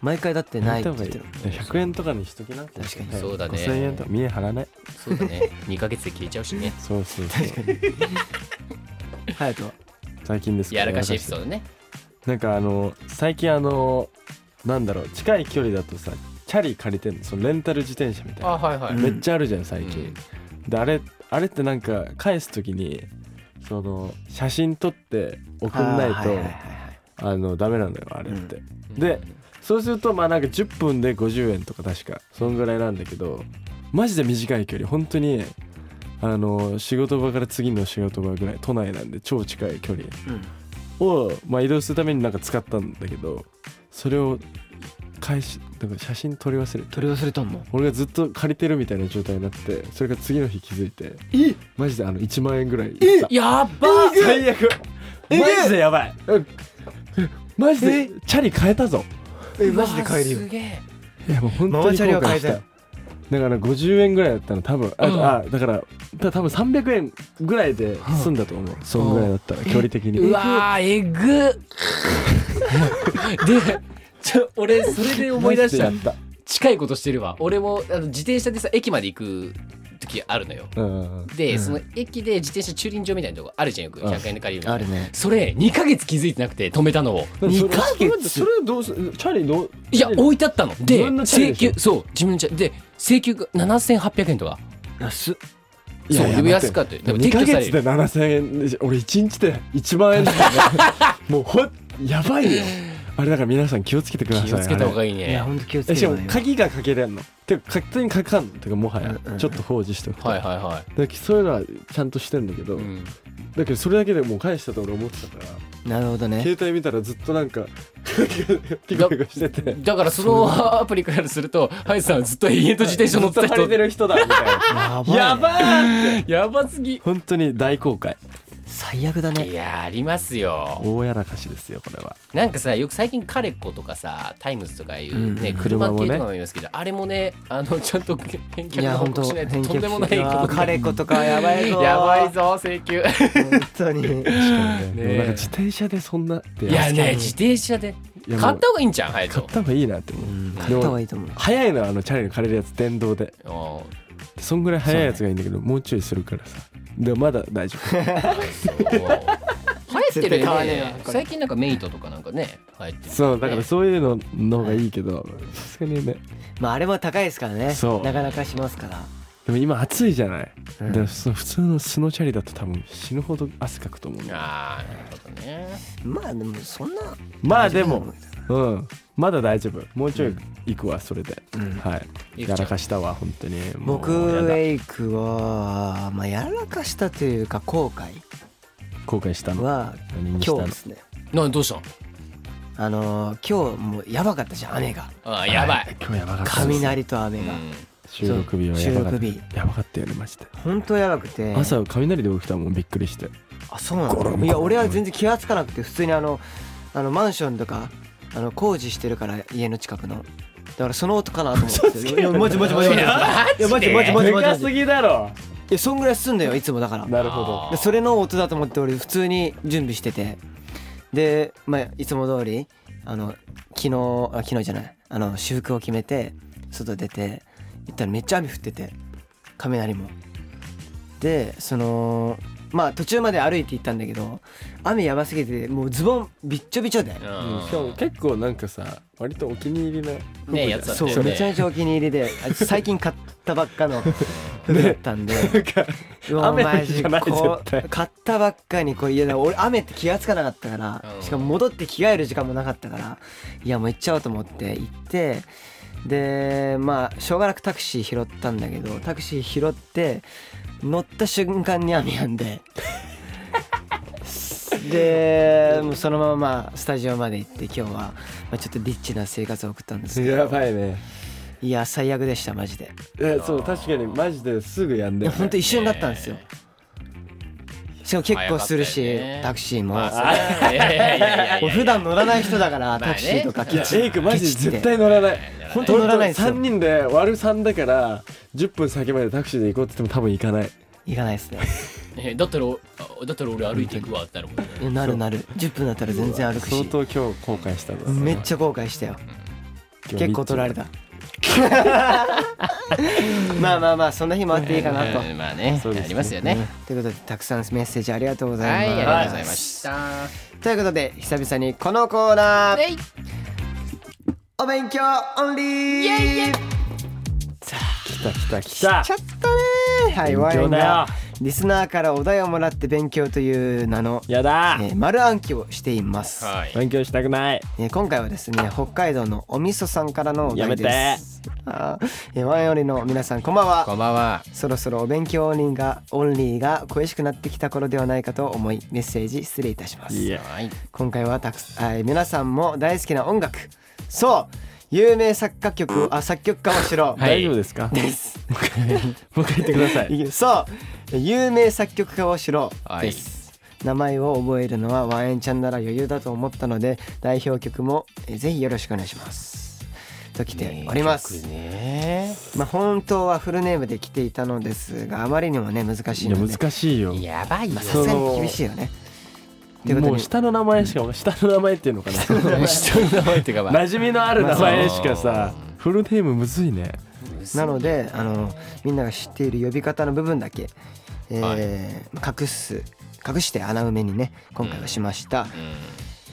Speaker 2: 毎回だって
Speaker 3: な
Speaker 2: ない
Speaker 3: い
Speaker 2: って言ってる。
Speaker 3: 100円とかにしときな
Speaker 2: 確かに
Speaker 4: そうだね
Speaker 3: 5000円とか見え張らない
Speaker 4: そうだね2ヶ月で消えちゃうしね
Speaker 3: そうそうそう
Speaker 2: 隼人は
Speaker 3: 最近です
Speaker 4: やらかしエピソードね
Speaker 3: なんかあの最近あのなんだろう近い距離だとさチャリ借りてんのそのレンタル自転車みたいな
Speaker 4: あはいはい、
Speaker 2: うん
Speaker 3: めっちゃあるじゃん最近、であれあれってなんか返す時にその写真撮って送んないとあ,、
Speaker 2: はいはいはいはい
Speaker 3: のダメなのよあれって、
Speaker 4: うん
Speaker 3: でそうするとまあなんか10分で50円とか確かそんぐらいなんだけどマジで短い距離本当にあの仕事場から次の仕事場ぐらい都内なんで超近い距離
Speaker 2: うん
Speaker 3: を、まあ、移動するためになんか使ったんだけどそれを返しなんか写真撮り忘れて
Speaker 2: 取り忘れたんの
Speaker 3: 俺がずっと借りてるみたいな状態になってそれが次の日気づいてマジであの1万円ぐらいいった
Speaker 4: やばー
Speaker 3: 最悪
Speaker 2: えぐい
Speaker 3: マジでやばいうんマジでチャリ変えたぞ
Speaker 2: えマジで帰る
Speaker 4: うわす
Speaker 2: よ
Speaker 4: げえ
Speaker 3: いやもう本当
Speaker 2: ママ
Speaker 3: に
Speaker 2: チ
Speaker 3: 後
Speaker 2: ャリは変
Speaker 3: 悔
Speaker 2: え
Speaker 3: したた
Speaker 2: よ
Speaker 3: だから50円ぐらいだったの多分あ,、
Speaker 4: うん
Speaker 3: あだからた多分300円ぐらいで済んだと思う、そんぐらいだったら距離的に
Speaker 4: うわーえぐでちょ俺それで思い出し
Speaker 3: マ
Speaker 4: た
Speaker 3: ジでやっ
Speaker 4: 近いことしてるわ俺もあの自転車でさ駅まで行く時あるのよ
Speaker 3: たうん
Speaker 4: で、その駅で自転車駐輪場みたいなとこあるじゃんよく100円で借りるの
Speaker 2: あるね
Speaker 4: それ2ヶ月気づいてなくて止めたのを
Speaker 2: 二ヶ月
Speaker 3: それそれどうすチャリどう
Speaker 4: いや置いてあったの
Speaker 3: 自
Speaker 4: で
Speaker 3: 分のチャリ
Speaker 4: 請
Speaker 3: でしょ
Speaker 4: 求そう自分のチャリで請求が7800円とか
Speaker 2: 安っ
Speaker 3: いやいや
Speaker 4: そ
Speaker 3: 待
Speaker 4: う
Speaker 3: って
Speaker 4: 安かったよでも
Speaker 3: 2
Speaker 4: 撤
Speaker 3: ヶ
Speaker 4: 去され
Speaker 3: 月
Speaker 4: る
Speaker 3: で7000円で俺1日で1万円だからねもうほんやばいよあれだから皆さん気をつけてください
Speaker 4: 気をつけた方
Speaker 3: あれ
Speaker 4: がいい
Speaker 2: いや
Speaker 4: ね。
Speaker 2: 本当気をつけ
Speaker 3: え
Speaker 2: て
Speaker 3: しかも鍵がかけれんのてか勝手にかかんのてかもはや
Speaker 2: うんうん
Speaker 3: ちょっと放置しておくと、
Speaker 4: はいはいは
Speaker 3: だからそういうのはちゃんとしてんだけど、
Speaker 4: い。うん
Speaker 3: だけどそれだけでもう返したと俺思ってたから
Speaker 2: なるほどね
Speaker 3: 携帯見たらずっとなん かピコピコして て
Speaker 4: だからそのアプリからすると、ハイさんはずっと永遠と自転車乗ってた
Speaker 3: ずっと張れて
Speaker 4: 人、
Speaker 3: る人だみたいな
Speaker 2: やば
Speaker 3: やば
Speaker 2: い
Speaker 3: ーって
Speaker 4: やばすぎ。
Speaker 3: 本当に大公開
Speaker 2: 最悪だ
Speaker 4: い
Speaker 2: ね
Speaker 4: や、ありますよ。
Speaker 3: 大やらかしですよこれは
Speaker 4: なんかさ、よく最近カレコとかさ、タイムズとかいううんね、
Speaker 3: 車
Speaker 4: 車
Speaker 3: も
Speaker 4: 系
Speaker 3: ね
Speaker 4: とかも言いますけど、あれもね、あの、ちゃんと返
Speaker 2: い
Speaker 4: 却
Speaker 2: や
Speaker 4: の報
Speaker 2: 本当
Speaker 4: 告しないととんでもない
Speaker 2: 返却
Speaker 4: こ
Speaker 2: あー
Speaker 4: と
Speaker 2: カレコとかやばいぞ
Speaker 4: やばいぞ、請求。
Speaker 2: 本当に
Speaker 4: ね
Speaker 3: でもなんか自転車でそんなって
Speaker 4: いや
Speaker 3: い
Speaker 4: ね、自転車で。
Speaker 3: やもう
Speaker 4: 買った方がいいんじゃん、ハイ
Speaker 3: 買
Speaker 4: と
Speaker 3: っ。た方がいいなって思う、
Speaker 2: 買った方がいいと思う
Speaker 3: 早いのはあのチャリの借りるやつ電動で
Speaker 4: お
Speaker 3: そんぐらい早いやつがいいんだけど、もうちょいするからさでまだ大丈 夫
Speaker 4: 流行ってる
Speaker 2: 絶対買
Speaker 4: よ
Speaker 2: わねえ
Speaker 4: ね
Speaker 2: よ
Speaker 4: 最近なんかメイトとかなんかね流行ってる
Speaker 3: そうだからそういうのの方がいいけどさすがにね
Speaker 2: まああれも高いですからね
Speaker 3: そう
Speaker 2: なかなかしますから
Speaker 3: でも今暑いじゃない、
Speaker 2: うん
Speaker 3: でその普通のスノーチャリだと多分死ぬほど汗かくと思うの
Speaker 4: ああなるほどね
Speaker 2: まあでもそんな
Speaker 3: まあでもうんまだ大丈夫もうちょい行くわそれで、
Speaker 2: うん
Speaker 3: はい
Speaker 4: ゆきちゃ
Speaker 3: や
Speaker 4: ん
Speaker 3: らかしたわ本当にもう
Speaker 2: 僕
Speaker 3: やだ
Speaker 2: エイクはまあやらかしたというか後悔
Speaker 3: 後悔したの
Speaker 2: は
Speaker 3: 何にした
Speaker 2: 今
Speaker 3: の
Speaker 2: 日ですね
Speaker 4: なんどうしたの
Speaker 2: あのー今日もうやばかったじゃん雨が
Speaker 4: あーやば
Speaker 3: はい今日やばかったです
Speaker 2: 雷と雨が
Speaker 3: 収録日は
Speaker 2: そう
Speaker 3: やばかった
Speaker 2: 収録
Speaker 3: やばかったよねマジで
Speaker 2: 本当やばくて
Speaker 3: 朝雷で起きたもんびっくりして
Speaker 2: あそうな
Speaker 3: ゴロンゴロ
Speaker 2: の
Speaker 3: ン
Speaker 2: いや俺は全然気がつかなくて普通にあのあのマンションとかあの工事してるから家の近くのだからその音かなと思っていやマジマジマジマジいやマジマジマジマジマジい
Speaker 3: ぎだろ
Speaker 2: やそんぐらい進んだよいつもだから
Speaker 3: なるほど
Speaker 2: でそれの音だと思って俺普通に準備しててで、まあ、いつも通りあの昨日あ昨日じゃないあの私服を決めて外出て行ったらめっちゃ雨降ってて雷もでそのまあ途中まで歩いて行ったんだけど雨やばすぎてもうズボンびっちょびちょで
Speaker 4: うん
Speaker 3: しかも結構なんかさ割とお気に入りな服
Speaker 4: ね
Speaker 3: じゃん
Speaker 4: やつだった
Speaker 2: そ
Speaker 4: よ
Speaker 2: うめちゃ
Speaker 4: ね
Speaker 2: めちゃお気に入りであ最近買ったばっか の服だったんで、
Speaker 3: なん か
Speaker 2: うわ
Speaker 3: 雨の日
Speaker 2: マジ
Speaker 3: じゃない
Speaker 2: こ
Speaker 3: 絶
Speaker 2: う
Speaker 3: 対
Speaker 2: 買ったばっかにこういやだから俺雨って気がつかなかったから、
Speaker 4: うん
Speaker 2: しかも戻って着替える時間もなかったからいやもう行っちゃおうと思って行ってでまあしょうがなくタクシー拾ったんだけどタクシー拾って乗った瞬間に雨やんででもうそのまままあスタジオまで行って今日は、まあ、ちょっとリッチな生活を送ったんですけど
Speaker 3: やばいね
Speaker 2: いや最悪でしたマジで
Speaker 3: えそう確かにマジですぐやん
Speaker 2: い
Speaker 3: で
Speaker 2: や本当一瞬だったんですよしかも結構するし、
Speaker 4: 早かったよね
Speaker 2: タクシーも、
Speaker 4: まあそれはいやいやいやいやい
Speaker 2: 俺
Speaker 4: や
Speaker 2: 普段乗らない人だから、
Speaker 4: ね
Speaker 2: タクシーと か
Speaker 4: いや
Speaker 2: ケ
Speaker 3: や
Speaker 2: チ
Speaker 3: エイクマジ
Speaker 2: ケチって
Speaker 3: 絶対乗らない
Speaker 2: 本当に乗らないですよ
Speaker 3: 3人で割る3だから10分先までタクシーで行こうって言っても多分行かない
Speaker 2: 行かないですね
Speaker 4: えだったらあだったら俺歩いていくわってなるもんね
Speaker 2: いやなるなる10分だったら全然歩く
Speaker 3: 相
Speaker 2: し
Speaker 3: 当今日後悔したの
Speaker 2: めっちゃ後悔したよ結構取ら れたまあまあまあそんな日もあっていいかなと、
Speaker 4: うんまあね
Speaker 3: そうですね
Speaker 4: ありますよね
Speaker 2: ということでたくさんメッセージありがとうござ
Speaker 4: はいいあ
Speaker 2: ます、
Speaker 4: りがとうございました
Speaker 2: ということで久々にこのコーナー
Speaker 4: えい
Speaker 2: お勉強オンリー
Speaker 4: イエイイエ
Speaker 3: 来
Speaker 4: イ
Speaker 3: た来た来た
Speaker 2: ちょっとねはいワ
Speaker 3: 勉
Speaker 2: イ
Speaker 3: 強
Speaker 2: ン
Speaker 3: だよ
Speaker 2: がリスナーからお題をもらって勉強という名の、
Speaker 3: やだ
Speaker 2: えー丸暗記をしています、
Speaker 4: はい
Speaker 3: 勉強したくない
Speaker 2: えー今回はですね北海道のおみそさんからのお題です
Speaker 3: やめて
Speaker 2: あーえーワインオンリーの皆さんこんばんは
Speaker 4: こんばんは
Speaker 2: そろそろお勉強オンリーがオンリーが恋しくなってきた頃ではないかと思いメッセージ失礼いたします
Speaker 3: いや
Speaker 4: はい
Speaker 2: 今回はたくさん、あー皆さんも大好きな音楽そう有名作家曲をあ作曲家をしろ、
Speaker 4: はい
Speaker 3: 大丈夫ですか
Speaker 2: です
Speaker 3: もう一回言ってください
Speaker 2: いやそう有名作曲家を知ろう
Speaker 4: はい
Speaker 2: です、名前を覚えるのはワンエンちゃんなら余裕だと思ったので代表曲もえーぜひよろしくお願いしますと来ております、
Speaker 4: ね
Speaker 2: まあ、本当はフルネームで来ていたのですがあまりにもね難しい
Speaker 3: いや
Speaker 2: ので
Speaker 3: 難しいよ
Speaker 4: やばいよ
Speaker 2: まあさすがに厳しいよねということ
Speaker 3: もう
Speaker 2: で
Speaker 3: 下の名前しか下の名前っていう のかな
Speaker 4: 人の名前っていうかまあ
Speaker 3: 馴染みのある名前しかさフルネームむずいね
Speaker 2: なのであのみんなが知っている呼び方の部分だけ、えー
Speaker 4: はい
Speaker 2: 隠す隠して穴埋めにね今回はしました、
Speaker 4: う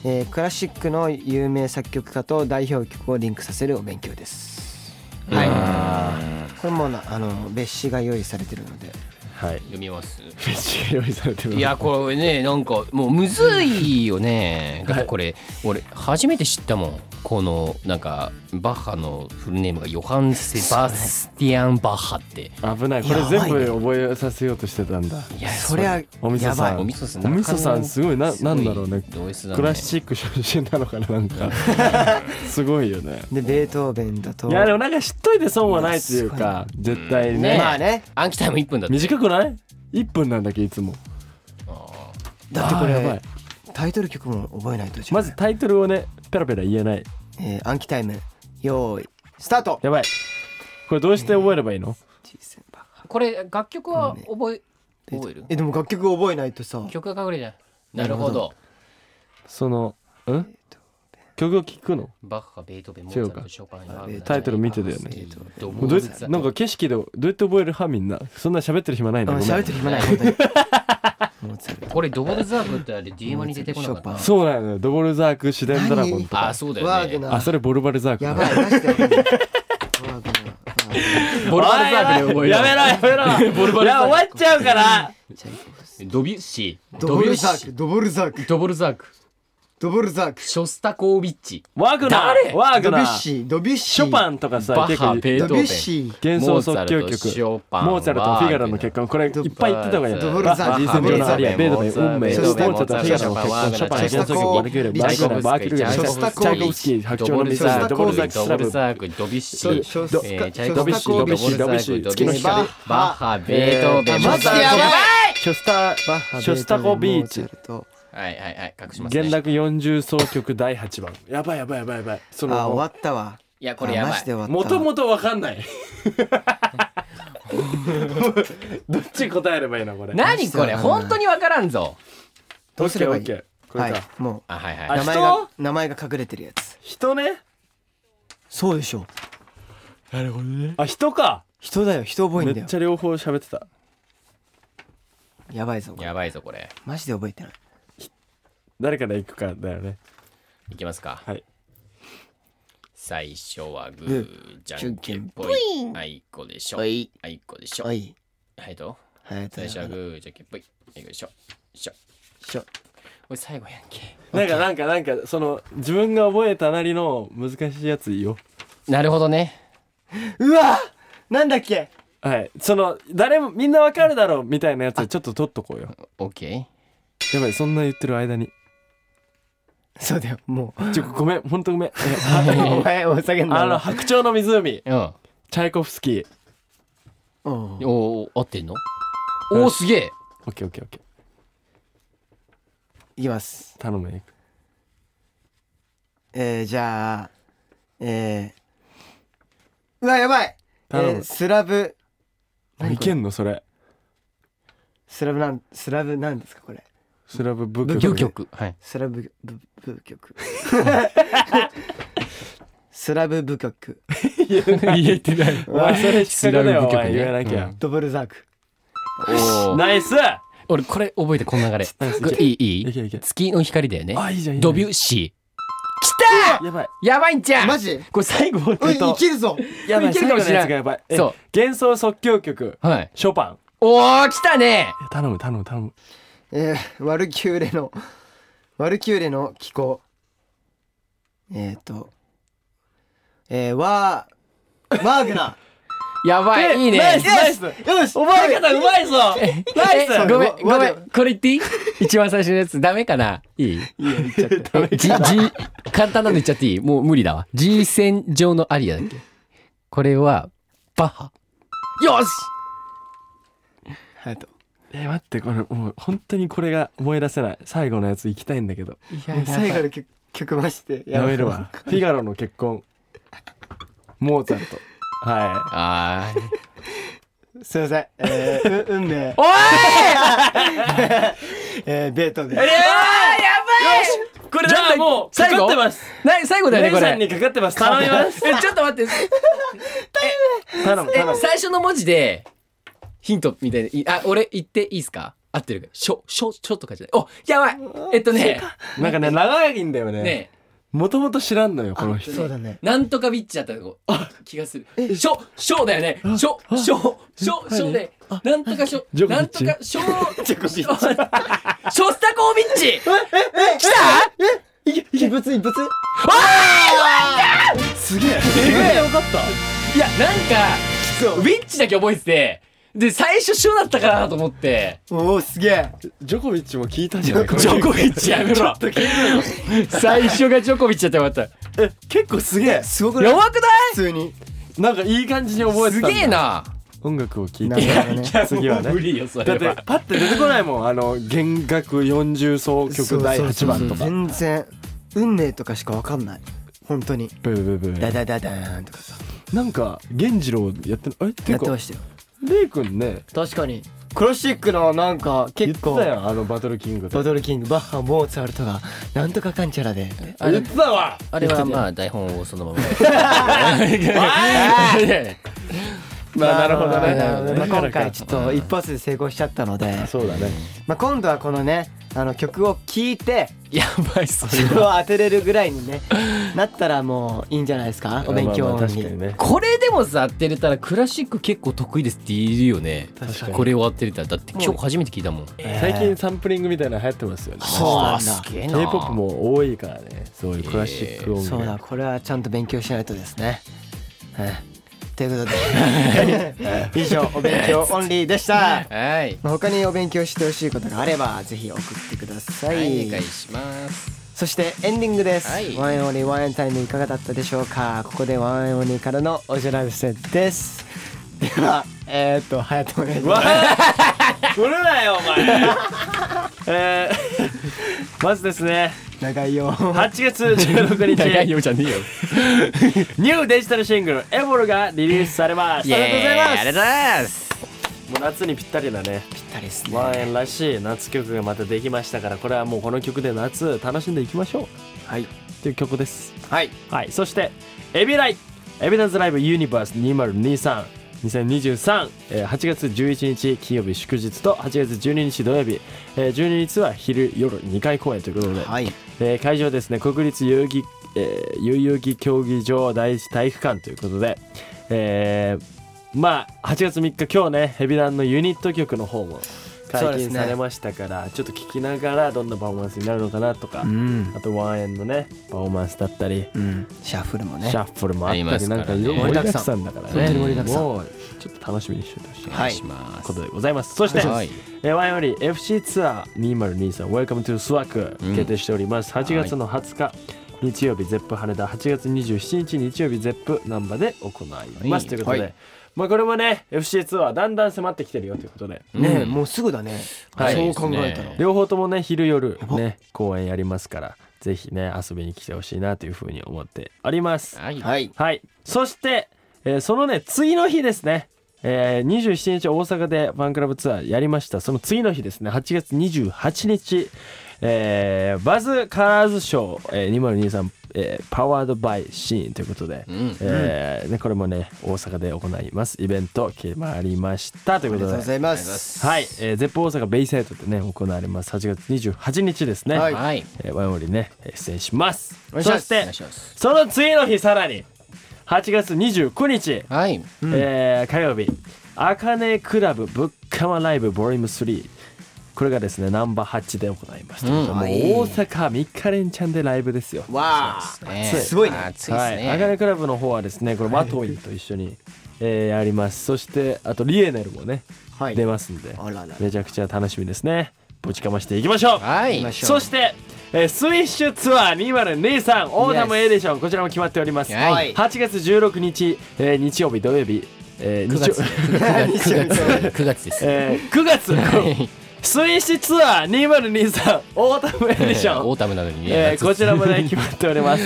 Speaker 2: えークラシックの有名作曲家と代表曲をリンクさせるお勉強です。はい。
Speaker 4: ん
Speaker 2: これもなあの別紙が用意されてるので
Speaker 3: はい
Speaker 4: 読みます
Speaker 3: フェチが用意されてる
Speaker 4: いやこれねなんかもうむずいよねだってこれ俺初めて知ったもんこのなんかバッハのフルネームがヨハン・セバスティアン・バッハって
Speaker 3: 危ないこれ全部覚えさせようとしてたんだ
Speaker 4: いや
Speaker 2: そりゃ
Speaker 3: おみそ
Speaker 2: やば
Speaker 3: さ
Speaker 2: い
Speaker 3: ん
Speaker 4: おみそさん
Speaker 3: おみそさんすごいな
Speaker 4: すご
Speaker 3: ないんだろうね
Speaker 4: ド S だね
Speaker 3: クラシック出身なのかななんかすごいよね
Speaker 2: でベートーベンだと
Speaker 3: いやでもなんか知っといて損はないっていうか絶対ね
Speaker 4: ね
Speaker 2: まあね
Speaker 4: 暗記タイム1分だって
Speaker 3: 短くない ?1 分なんだっけいつも
Speaker 2: だってこれ
Speaker 3: あーやばい
Speaker 2: タイトル曲も覚えないと
Speaker 3: まず、タイトルをねペラペラ言えない
Speaker 2: えー、暗記タイム用意スタート
Speaker 3: やばいこれどうして覚えればいいの
Speaker 4: これ楽曲は覚え覚える
Speaker 2: えでも楽曲覚えないとさ
Speaker 4: 曲が隠れじゃんなるほ
Speaker 2: なる
Speaker 4: ど
Speaker 3: そのん曲を聴くの
Speaker 4: バッハベートーベンモ
Speaker 3: 違
Speaker 4: ーツ
Speaker 3: う
Speaker 4: ァ
Speaker 3: か
Speaker 4: ルトショパンワグナー
Speaker 3: タイトル見てたよね
Speaker 4: えーと
Speaker 3: もうどうやってなんか景色でどうやって覚える派みんなそんな喋ってる暇ないん
Speaker 2: あ
Speaker 3: だ
Speaker 2: の
Speaker 3: ごめん
Speaker 2: 喋ってる暇ない本当にモー ツァルト
Speaker 4: これドボルザークってあれ DM に出てこなかった
Speaker 3: そうなのよドボルザークシデンドラゴンと
Speaker 4: あ
Speaker 3: か
Speaker 4: ーそうだ
Speaker 2: ワ
Speaker 4: よ
Speaker 2: ーグ
Speaker 4: ね
Speaker 2: ナー
Speaker 3: あそれボルバルザーク
Speaker 2: や
Speaker 3: だ
Speaker 2: ばいマジでわかんないワーグナーあー
Speaker 4: ボルバルザークで覚え
Speaker 3: めろ
Speaker 4: よう
Speaker 3: やめろボルバルザーク終わっちゃうから
Speaker 2: チャイコフス
Speaker 4: ドビュッシー
Speaker 2: ドボルザ
Speaker 4: ドビュッシ
Speaker 2: ークドボルザーク
Speaker 4: ードボルザーク
Speaker 2: ドボルザーク
Speaker 4: ショスタコービッチ
Speaker 3: ワーグナ
Speaker 4: 誰
Speaker 3: ーワーグ
Speaker 2: ドビュ
Speaker 3: ナ
Speaker 2: ッ
Speaker 3: ー
Speaker 2: シードビュッシ
Speaker 3: シ
Speaker 2: ー
Speaker 3: ョパンとかさ
Speaker 4: バッ
Speaker 3: 結
Speaker 4: ハ
Speaker 3: 構
Speaker 4: ベー
Speaker 2: ド
Speaker 4: ト
Speaker 2: ビュ
Speaker 4: ー
Speaker 2: ッシー
Speaker 3: 幻想即興
Speaker 4: モーツァルトシ
Speaker 3: 曲
Speaker 4: ョパン
Speaker 3: モーツァルトフィガロの結婚これいっぱい言ってた方がいいよ
Speaker 4: ド
Speaker 2: ボルザーク
Speaker 3: 人生のアリアベードメン運命
Speaker 2: シ
Speaker 3: モー
Speaker 2: ョ
Speaker 3: ツ
Speaker 2: スタコ
Speaker 3: ァルトフィガロの結婚ショパン幻想即興バルキューレバイコナバーキューレ
Speaker 2: ショスタコービッチ
Speaker 3: チャイコフスキー白鳥の水
Speaker 2: ショスタコービッチ
Speaker 3: ドボルザーク
Speaker 4: ド
Speaker 3: スラブ
Speaker 4: ボルザークドビッシ
Speaker 2: そう
Speaker 4: ー
Speaker 2: ショス
Speaker 4: えーチャイ
Speaker 2: ショ
Speaker 4: コフ
Speaker 2: ス
Speaker 4: スキ
Speaker 2: タ
Speaker 4: ー
Speaker 2: コー
Speaker 4: ド
Speaker 2: ビッ
Speaker 4: ボ
Speaker 2: シ
Speaker 4: ル
Speaker 2: ー
Speaker 4: ザ
Speaker 3: ドビュッシ
Speaker 4: ー
Speaker 3: ー
Speaker 4: クド
Speaker 3: 月
Speaker 4: ビ
Speaker 3: の
Speaker 4: ュッ
Speaker 3: 光
Speaker 4: シーバッハベートーベン
Speaker 2: あマジでやばい
Speaker 3: ショスタ
Speaker 2: バッハ
Speaker 3: ショスタコビーチ
Speaker 2: ベート
Speaker 4: はいはいはい隠しますね
Speaker 3: 原楽40総曲第8番 やばいやばいやばいやばいそ
Speaker 2: ーベンモーツァルトあー終わ
Speaker 3: の
Speaker 2: ったわ
Speaker 4: いやこれやば
Speaker 2: あ
Speaker 4: い
Speaker 2: マジで終わ
Speaker 3: も
Speaker 2: った
Speaker 3: と
Speaker 2: わ
Speaker 3: もとわかんない どっち答えればいいのこれ
Speaker 4: 何これ本当にわからんぞ
Speaker 2: どうすればい
Speaker 3: オ
Speaker 2: い
Speaker 3: ッケーオッケーこれ
Speaker 2: はい
Speaker 3: か、
Speaker 2: も
Speaker 4: あはいは
Speaker 2: う
Speaker 4: い
Speaker 3: あ
Speaker 2: 名前
Speaker 3: 人
Speaker 2: が名前が隠れてるやつ
Speaker 3: 人ね
Speaker 2: そうでしょ
Speaker 3: あ人か
Speaker 2: 人だよ人覚え
Speaker 3: め
Speaker 2: んだ
Speaker 3: っ
Speaker 2: よ
Speaker 3: ちゃ両方喋ってた
Speaker 2: やばいぞこれ
Speaker 4: やばいぞこれ
Speaker 2: マジで覚えてない
Speaker 3: 誰から行くかだよね
Speaker 4: いきますか
Speaker 3: はい
Speaker 4: 最初はグ
Speaker 2: グ
Speaker 4: ーじゃんけんぽいあいこでしょあ
Speaker 2: い
Speaker 4: いこでしょ
Speaker 2: おい
Speaker 4: はいどう
Speaker 2: はい
Speaker 4: 最初はグーじゃんけんぽいあいこでしょしょ
Speaker 2: しょ
Speaker 4: これ最後やんけ
Speaker 3: なんかなんかなんかその自分が覚えたなりの難しいやついいよ
Speaker 4: なるほどね
Speaker 2: うわなんだっけ
Speaker 3: はいその誰もみんなわかるだろうみたいなやつちょっと取っとこうよ
Speaker 4: オッケー
Speaker 3: やばいそんな言ってる間に
Speaker 2: そうだよもう
Speaker 3: ちょごめんほんとご めんえあ
Speaker 2: お前お酒飲ん
Speaker 3: あの
Speaker 2: だ
Speaker 3: 白鳥の湖
Speaker 4: うん
Speaker 3: チャイコフスキー
Speaker 2: うん
Speaker 4: おお合ってんのおおすげえ
Speaker 3: オッケーオッケーオッケー
Speaker 2: いきます
Speaker 3: 頼むね
Speaker 2: えー、じゃあえー、うわやばい、え
Speaker 3: 頼む
Speaker 2: ー、スラブ
Speaker 3: いけんのそれ
Speaker 2: スラブなんスラブなんですかこれ
Speaker 3: スラブブ
Speaker 4: 武
Speaker 3: ッ
Speaker 4: 器
Speaker 3: ク
Speaker 4: 曲 はい
Speaker 2: スラブブ部 曲スラブ部曲
Speaker 3: 言えない言えてないお前それ失格だよお
Speaker 4: スラブ
Speaker 3: 前
Speaker 4: 武器
Speaker 3: 言
Speaker 4: 曲
Speaker 3: え
Speaker 4: ね
Speaker 3: なきゃ
Speaker 2: ドボルザーク
Speaker 4: おお
Speaker 3: ナイス
Speaker 4: 俺これ覚えてこの流れ
Speaker 3: ナイス
Speaker 4: いいい
Speaker 3: いけい
Speaker 4: い
Speaker 3: け
Speaker 4: 月の光だよね
Speaker 3: あいいじゃんいいじゃん
Speaker 4: ドビュッシーき
Speaker 3: やばい
Speaker 4: たやばいんちゃん
Speaker 2: マジ
Speaker 4: これ最後
Speaker 2: おい
Speaker 4: えっと
Speaker 2: いけるぞ
Speaker 3: やばい
Speaker 4: いけ
Speaker 3: 最後の
Speaker 4: るかも
Speaker 3: や
Speaker 4: しれない
Speaker 3: つがやばいえ
Speaker 4: そ
Speaker 3: 幻想即興曲
Speaker 4: はい
Speaker 3: ショパン
Speaker 4: おお来たね
Speaker 3: え頼む頼む頼む
Speaker 2: えー、ワルキューレのワルキューレの気候えっ、ー、とえー、ワーワーグナ
Speaker 4: やばいいいね
Speaker 3: ナイスナイス
Speaker 2: ーよし
Speaker 3: お前方うまいぞナイス
Speaker 4: えごめん
Speaker 2: わ
Speaker 4: ごめんこれ言っていい一番最初のやつダメかないいえ G- G 簡単なの言っちゃっていいもう無理だわ G 線上のアリアだっけこれはバッハよし
Speaker 2: ハヤト
Speaker 3: え待ってこれもう本当にこれが思い出せない最後のやつ行きたいんだけど
Speaker 2: 最後の曲曲まして
Speaker 3: や
Speaker 2: ばい
Speaker 3: める わフィガロの結婚モーツァルトは
Speaker 4: あー
Speaker 2: すいません、えー、う運命
Speaker 4: おい
Speaker 2: えー、ベートーベン
Speaker 3: い
Speaker 4: これ
Speaker 3: じゃあもうかかってます
Speaker 4: な最後だよね
Speaker 3: 皆
Speaker 4: こ
Speaker 3: さん
Speaker 4: れ
Speaker 3: にかかってます頼みます
Speaker 4: えちょっと待って
Speaker 3: 頼む
Speaker 4: え
Speaker 3: 頼む
Speaker 4: 最初の文字でヒントみたいないあ俺言っていいですか合ってるかしょしょしょとかじゃないおやばいえっとね
Speaker 3: なんかね長いんだよね
Speaker 4: ね
Speaker 5: もともと知らんのよこの人
Speaker 4: そうだ
Speaker 2: ね。
Speaker 4: なんとかビッチだったの気がする。ショ、ショーだよね。ショ、ショ、ショ、ショで、なんとかシ
Speaker 5: ジョコビ
Speaker 4: ョ、
Speaker 5: ッ
Speaker 4: なんと
Speaker 5: チ
Speaker 4: かショー、 ショスタコービッチ
Speaker 2: 異物異物
Speaker 5: すげえ
Speaker 4: いや、なんか、ビッチだけ覚えてて、で、最初ショーだったかなと思って、
Speaker 2: おおすげえ
Speaker 5: ジョコビッチも聞いたんじゃない
Speaker 4: ジョコビッチやめろ。最初がジョコビッチだったらよかっ
Speaker 5: え結構すげえ
Speaker 2: すごく
Speaker 4: た。
Speaker 2: ない
Speaker 4: やばくな
Speaker 2: 普通に。
Speaker 5: すなんかいい感じに覚え
Speaker 4: い
Speaker 5: て
Speaker 4: す
Speaker 5: たんだ
Speaker 4: げえな。
Speaker 5: 音楽を聴い
Speaker 2: なる
Speaker 5: て
Speaker 2: ほどね
Speaker 4: いや
Speaker 5: 次はね
Speaker 4: もう 無理よ、そ
Speaker 5: だっ
Speaker 4: れ
Speaker 5: て
Speaker 4: は。
Speaker 5: パッて出てこないもんあの弦楽40奏曲第8番と
Speaker 2: そうそうそう
Speaker 5: か
Speaker 2: 全然運命とかしかわかんない本当に
Speaker 5: ブーブーブー
Speaker 2: ダダダダーンとかさ
Speaker 5: なんか源次郎やってないえて
Speaker 2: や
Speaker 5: い
Speaker 2: って
Speaker 5: か
Speaker 2: ましたよ
Speaker 5: レイくんね
Speaker 2: 確かにクラシックのなんか
Speaker 5: 言っ
Speaker 2: 結
Speaker 5: て
Speaker 2: 構
Speaker 5: たやんあのバトルキング
Speaker 2: バ
Speaker 5: と
Speaker 2: トルキングバッハモーツァルトがなんとかかんちゃらで
Speaker 4: あれ
Speaker 5: 言ってたわ
Speaker 4: あれはまあ台本をそのまま。い
Speaker 5: まあなるほどね
Speaker 2: まあまあまあまあ
Speaker 5: だから
Speaker 2: 今回ちょっと一発で成功しちゃったので、
Speaker 5: そうだね
Speaker 2: まあ、今度はこのねあの曲を聴いて
Speaker 4: やばいそ
Speaker 2: それを当てれるぐらいにねなったらもういいんじゃないですかお勉強
Speaker 5: まあまあ確
Speaker 2: に
Speaker 5: かにね
Speaker 4: これでもさ当てれたらクラシック結構得意ですって言えるよね
Speaker 5: 確かに
Speaker 4: これを当てれたらだって今日初めて聞いたもん
Speaker 5: 最近サンプリングみたいなの流行ってますよね
Speaker 2: そうなんだ
Speaker 4: げ
Speaker 5: K-POP も多いからねそういうクラシック音
Speaker 2: そうだ
Speaker 5: 楽
Speaker 2: これはちゃんと勉強しないとですね、はいという ことで以上お勉強オンリーでした
Speaker 4: はい
Speaker 2: まあ他にお勉強してほしいことがあればぜひ送ってくださ、
Speaker 4: はいいお願いします
Speaker 2: そしてエンディングです、
Speaker 4: はい
Speaker 2: ワンエンオンリーワンエンタイムいかがだったでしょうかここでワンエンオンリーからのお知らせですではえー、っと隼人お願いします
Speaker 3: 振るなよお前 えー、 まずですね
Speaker 2: 長いよ
Speaker 3: 8月16日
Speaker 4: 長いよじゃねえよ
Speaker 3: ニューデジタルシングル「エボル」がリリースされますありがとうございます
Speaker 4: ありがとうございます
Speaker 3: もう夏にぴったりなね
Speaker 2: ぴったりです
Speaker 3: ワンエ
Speaker 2: ね
Speaker 3: ンらしい夏曲がまたできましたからこれはもうこの曲で夏楽しんでいきましょう
Speaker 2: はい
Speaker 3: っていう曲です
Speaker 2: はい
Speaker 3: はいそしてエビライエビダンスライブユニバース2023 2023えー8月11日金曜日祝日と8月12日土曜日、えー12日は昼夜2回公演ということで、
Speaker 2: はい
Speaker 3: えー会場はですね国立代々木、えー代々木競技場第一体育館ということで、えーまあ8月3日今日ねヘビダンのユニット曲の方も
Speaker 2: そう
Speaker 3: 解
Speaker 2: で
Speaker 3: 禁
Speaker 2: すね
Speaker 3: されましたから、ちょっと聞きながらどんなパフォーマンスになるのかなとか、
Speaker 2: うん
Speaker 3: あとワンエンのねパフォーマンスだったり、
Speaker 2: うんシャッフルもね
Speaker 3: シャッフルもあったり
Speaker 4: ありますか
Speaker 3: な
Speaker 4: ら
Speaker 3: ん
Speaker 4: ね
Speaker 3: かいろいろ盛りだくさんだからね
Speaker 2: 本当に盛りだくさん
Speaker 3: もうちょっと楽しみにしててほしい
Speaker 4: お願いします
Speaker 3: ことでございますそして、
Speaker 4: はい
Speaker 3: えー、ワインより FC ツアー2023 Welcome to スワーク
Speaker 4: うん
Speaker 3: 決定しております、8月の20日、日曜日ゼップ羽田8月27日日曜日ゼップ難波で行います、
Speaker 4: はい
Speaker 3: ということで、
Speaker 2: はい
Speaker 3: まあこれもね FC ツアーだんだん迫ってきてるよということで
Speaker 2: ねえ
Speaker 4: うん
Speaker 2: もうすぐだね、
Speaker 3: はい
Speaker 2: そう考えたら、
Speaker 3: 両方ともね昼夜
Speaker 2: ば
Speaker 3: ね公演やりますからぜひね遊びに来てほしいなというふうに思っております
Speaker 4: はい
Speaker 2: はい
Speaker 3: はいそして、えーそのね次の日ですねえー、27日大阪でファンクラブツアーやりましたその次の日ですね8月28日、えーバズカラーズショー、えー、2023、えー、パワードバイシーンということで、
Speaker 4: うん
Speaker 3: えーね、これもね大阪で行いますイベント決まりましたとい
Speaker 2: あ
Speaker 3: う
Speaker 2: り
Speaker 3: こと
Speaker 2: がとうご
Speaker 3: で
Speaker 2: ざいます
Speaker 3: はい、えー、ゼップ大阪ベイサイトでね行われます8月28日ですね、
Speaker 2: はい
Speaker 4: はい
Speaker 3: えーワイモリねえー出演します
Speaker 2: お願いします
Speaker 3: そし
Speaker 4: お
Speaker 3: て
Speaker 4: 願いします
Speaker 3: その次の日さらに8月29日、
Speaker 4: はい
Speaker 3: えー火曜日「あかねクラブぶっかまライブボリューム3これがですねナンバー8で行いました、
Speaker 4: うん
Speaker 3: もう大阪3日連チャンでライブですよ
Speaker 2: わあ、
Speaker 4: ね
Speaker 2: すごいね
Speaker 4: 暑いです
Speaker 3: はい、アガ
Speaker 4: ね
Speaker 3: ネクラブの方はですね、これマトウィンと一緒に、えーやります。そしてあとリエネルもね、
Speaker 2: はい
Speaker 3: 出ますんで
Speaker 2: あららら、
Speaker 3: めちゃくちゃ楽しみですね。ぶちかましていきましょう。
Speaker 4: はい
Speaker 2: ましょ
Speaker 3: そして、えースウィッシュツアー2023オーダムエディションこちらも決まっております。
Speaker 4: は
Speaker 3: 8月16日、えー日曜日土曜日、えー
Speaker 4: 9
Speaker 3: 日曜
Speaker 4: 月9月9月です
Speaker 3: えー9月
Speaker 4: はい
Speaker 3: スウィッシュツアー2023オーダムエディション
Speaker 4: オータムなのに
Speaker 3: え
Speaker 4: ね
Speaker 3: ーこちらもね決まっており ます、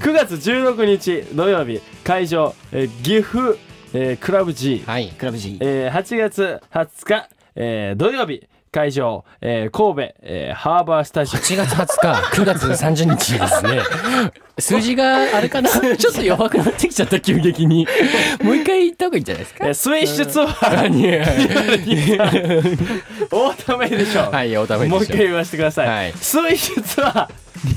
Speaker 3: 9月16日土曜日会場、えー岐阜、えークラブ G、
Speaker 4: はい
Speaker 2: クラブ G
Speaker 3: えー8月20日、えー土曜日会場、えー神戸、えーハーバースタジオ
Speaker 4: 8月20日、9月30日ですね。数字があれかなちょっと弱くなってきちゃった、急激に。もう一回言った方がいいんじゃないですか
Speaker 3: えースウィッシュツアー
Speaker 4: 何
Speaker 3: オータムエディション、
Speaker 4: はい、おため
Speaker 3: もう
Speaker 4: で
Speaker 3: 一
Speaker 4: し
Speaker 3: 回
Speaker 4: ょ。
Speaker 3: 言わせてください、
Speaker 4: はい
Speaker 3: スウィッシュツア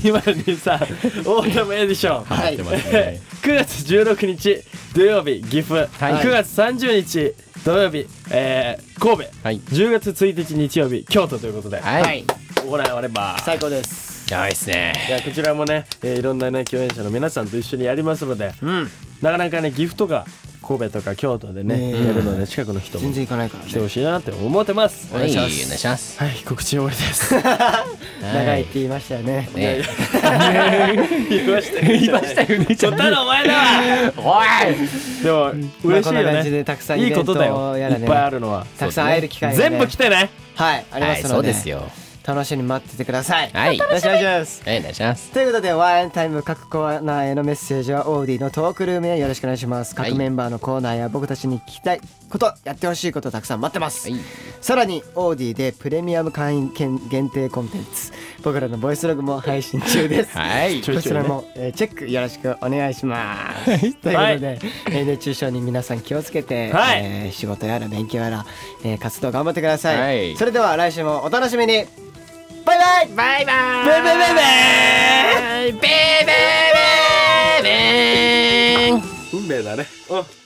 Speaker 3: ー 2023オータムエディション
Speaker 2: は
Speaker 4: や
Speaker 2: い
Speaker 4: ってますね。
Speaker 3: 9月16日土曜日岐阜、
Speaker 4: はい
Speaker 3: 9月30日土曜日、えー神戸
Speaker 4: はい。
Speaker 3: 10月1日日曜日京都ということで
Speaker 4: はい。
Speaker 2: はい
Speaker 3: 行われます
Speaker 2: 最高です
Speaker 4: やばいっすね。
Speaker 3: いやこちらもね、えーいろんなね共演者の皆さんと一緒にやりますので
Speaker 2: うん
Speaker 3: なかなかね岐阜とか神戸とか京都でね
Speaker 2: ねえ
Speaker 3: やるので近くの人も
Speaker 2: 全
Speaker 3: 来
Speaker 2: 然行かないからね
Speaker 3: てほしいなって思ってます
Speaker 4: はい、お願いします。
Speaker 3: はい告知終わりです
Speaker 2: 長いって言いましたよね
Speaker 4: ね、
Speaker 3: 言いました言いましたよねちょっとお前だわ
Speaker 4: おい
Speaker 3: でも嬉しい
Speaker 2: まあこんな
Speaker 3: よ
Speaker 2: 感じで
Speaker 3: ね
Speaker 2: たくさん
Speaker 3: いいことだ
Speaker 2: イベント
Speaker 3: よ
Speaker 2: を
Speaker 3: い
Speaker 2: やらね
Speaker 3: っぱいあるのは
Speaker 2: たくさん会える機会がね
Speaker 3: 全部来てね
Speaker 2: はいありま
Speaker 4: は
Speaker 2: す
Speaker 4: い、
Speaker 2: ので
Speaker 4: そうですよ。
Speaker 2: 楽しみに待っててください
Speaker 4: はい
Speaker 2: よろしくお願いします
Speaker 4: はい、お願いします。
Speaker 2: ということでワンエンタイム各コーナーへのメッセージはオーディのトークルームへよろしくお願いします
Speaker 4: はい
Speaker 2: 各メンバーのコーナーや僕たちに聞きたいことやってほしいことたくさん待ってます、
Speaker 4: はい
Speaker 2: さらにオーディでプレミアム会員限限定コンテンツ僕らのボイスログも配信中です
Speaker 4: は
Speaker 3: ょ
Speaker 4: い。
Speaker 3: いち
Speaker 2: こち
Speaker 3: ょいね
Speaker 2: らも、えーチェックよろしくお願いします。ということで、えー熱中症に皆さん気をつけて、
Speaker 3: はい
Speaker 2: えー仕事やら勉強やら、えー活動頑張ってください,、
Speaker 4: はい
Speaker 2: それでは来週もお楽しみにバイバイ
Speaker 4: バイバイ
Speaker 2: ベベベベ
Speaker 4: ベベベベベーン
Speaker 3: 運命だねうん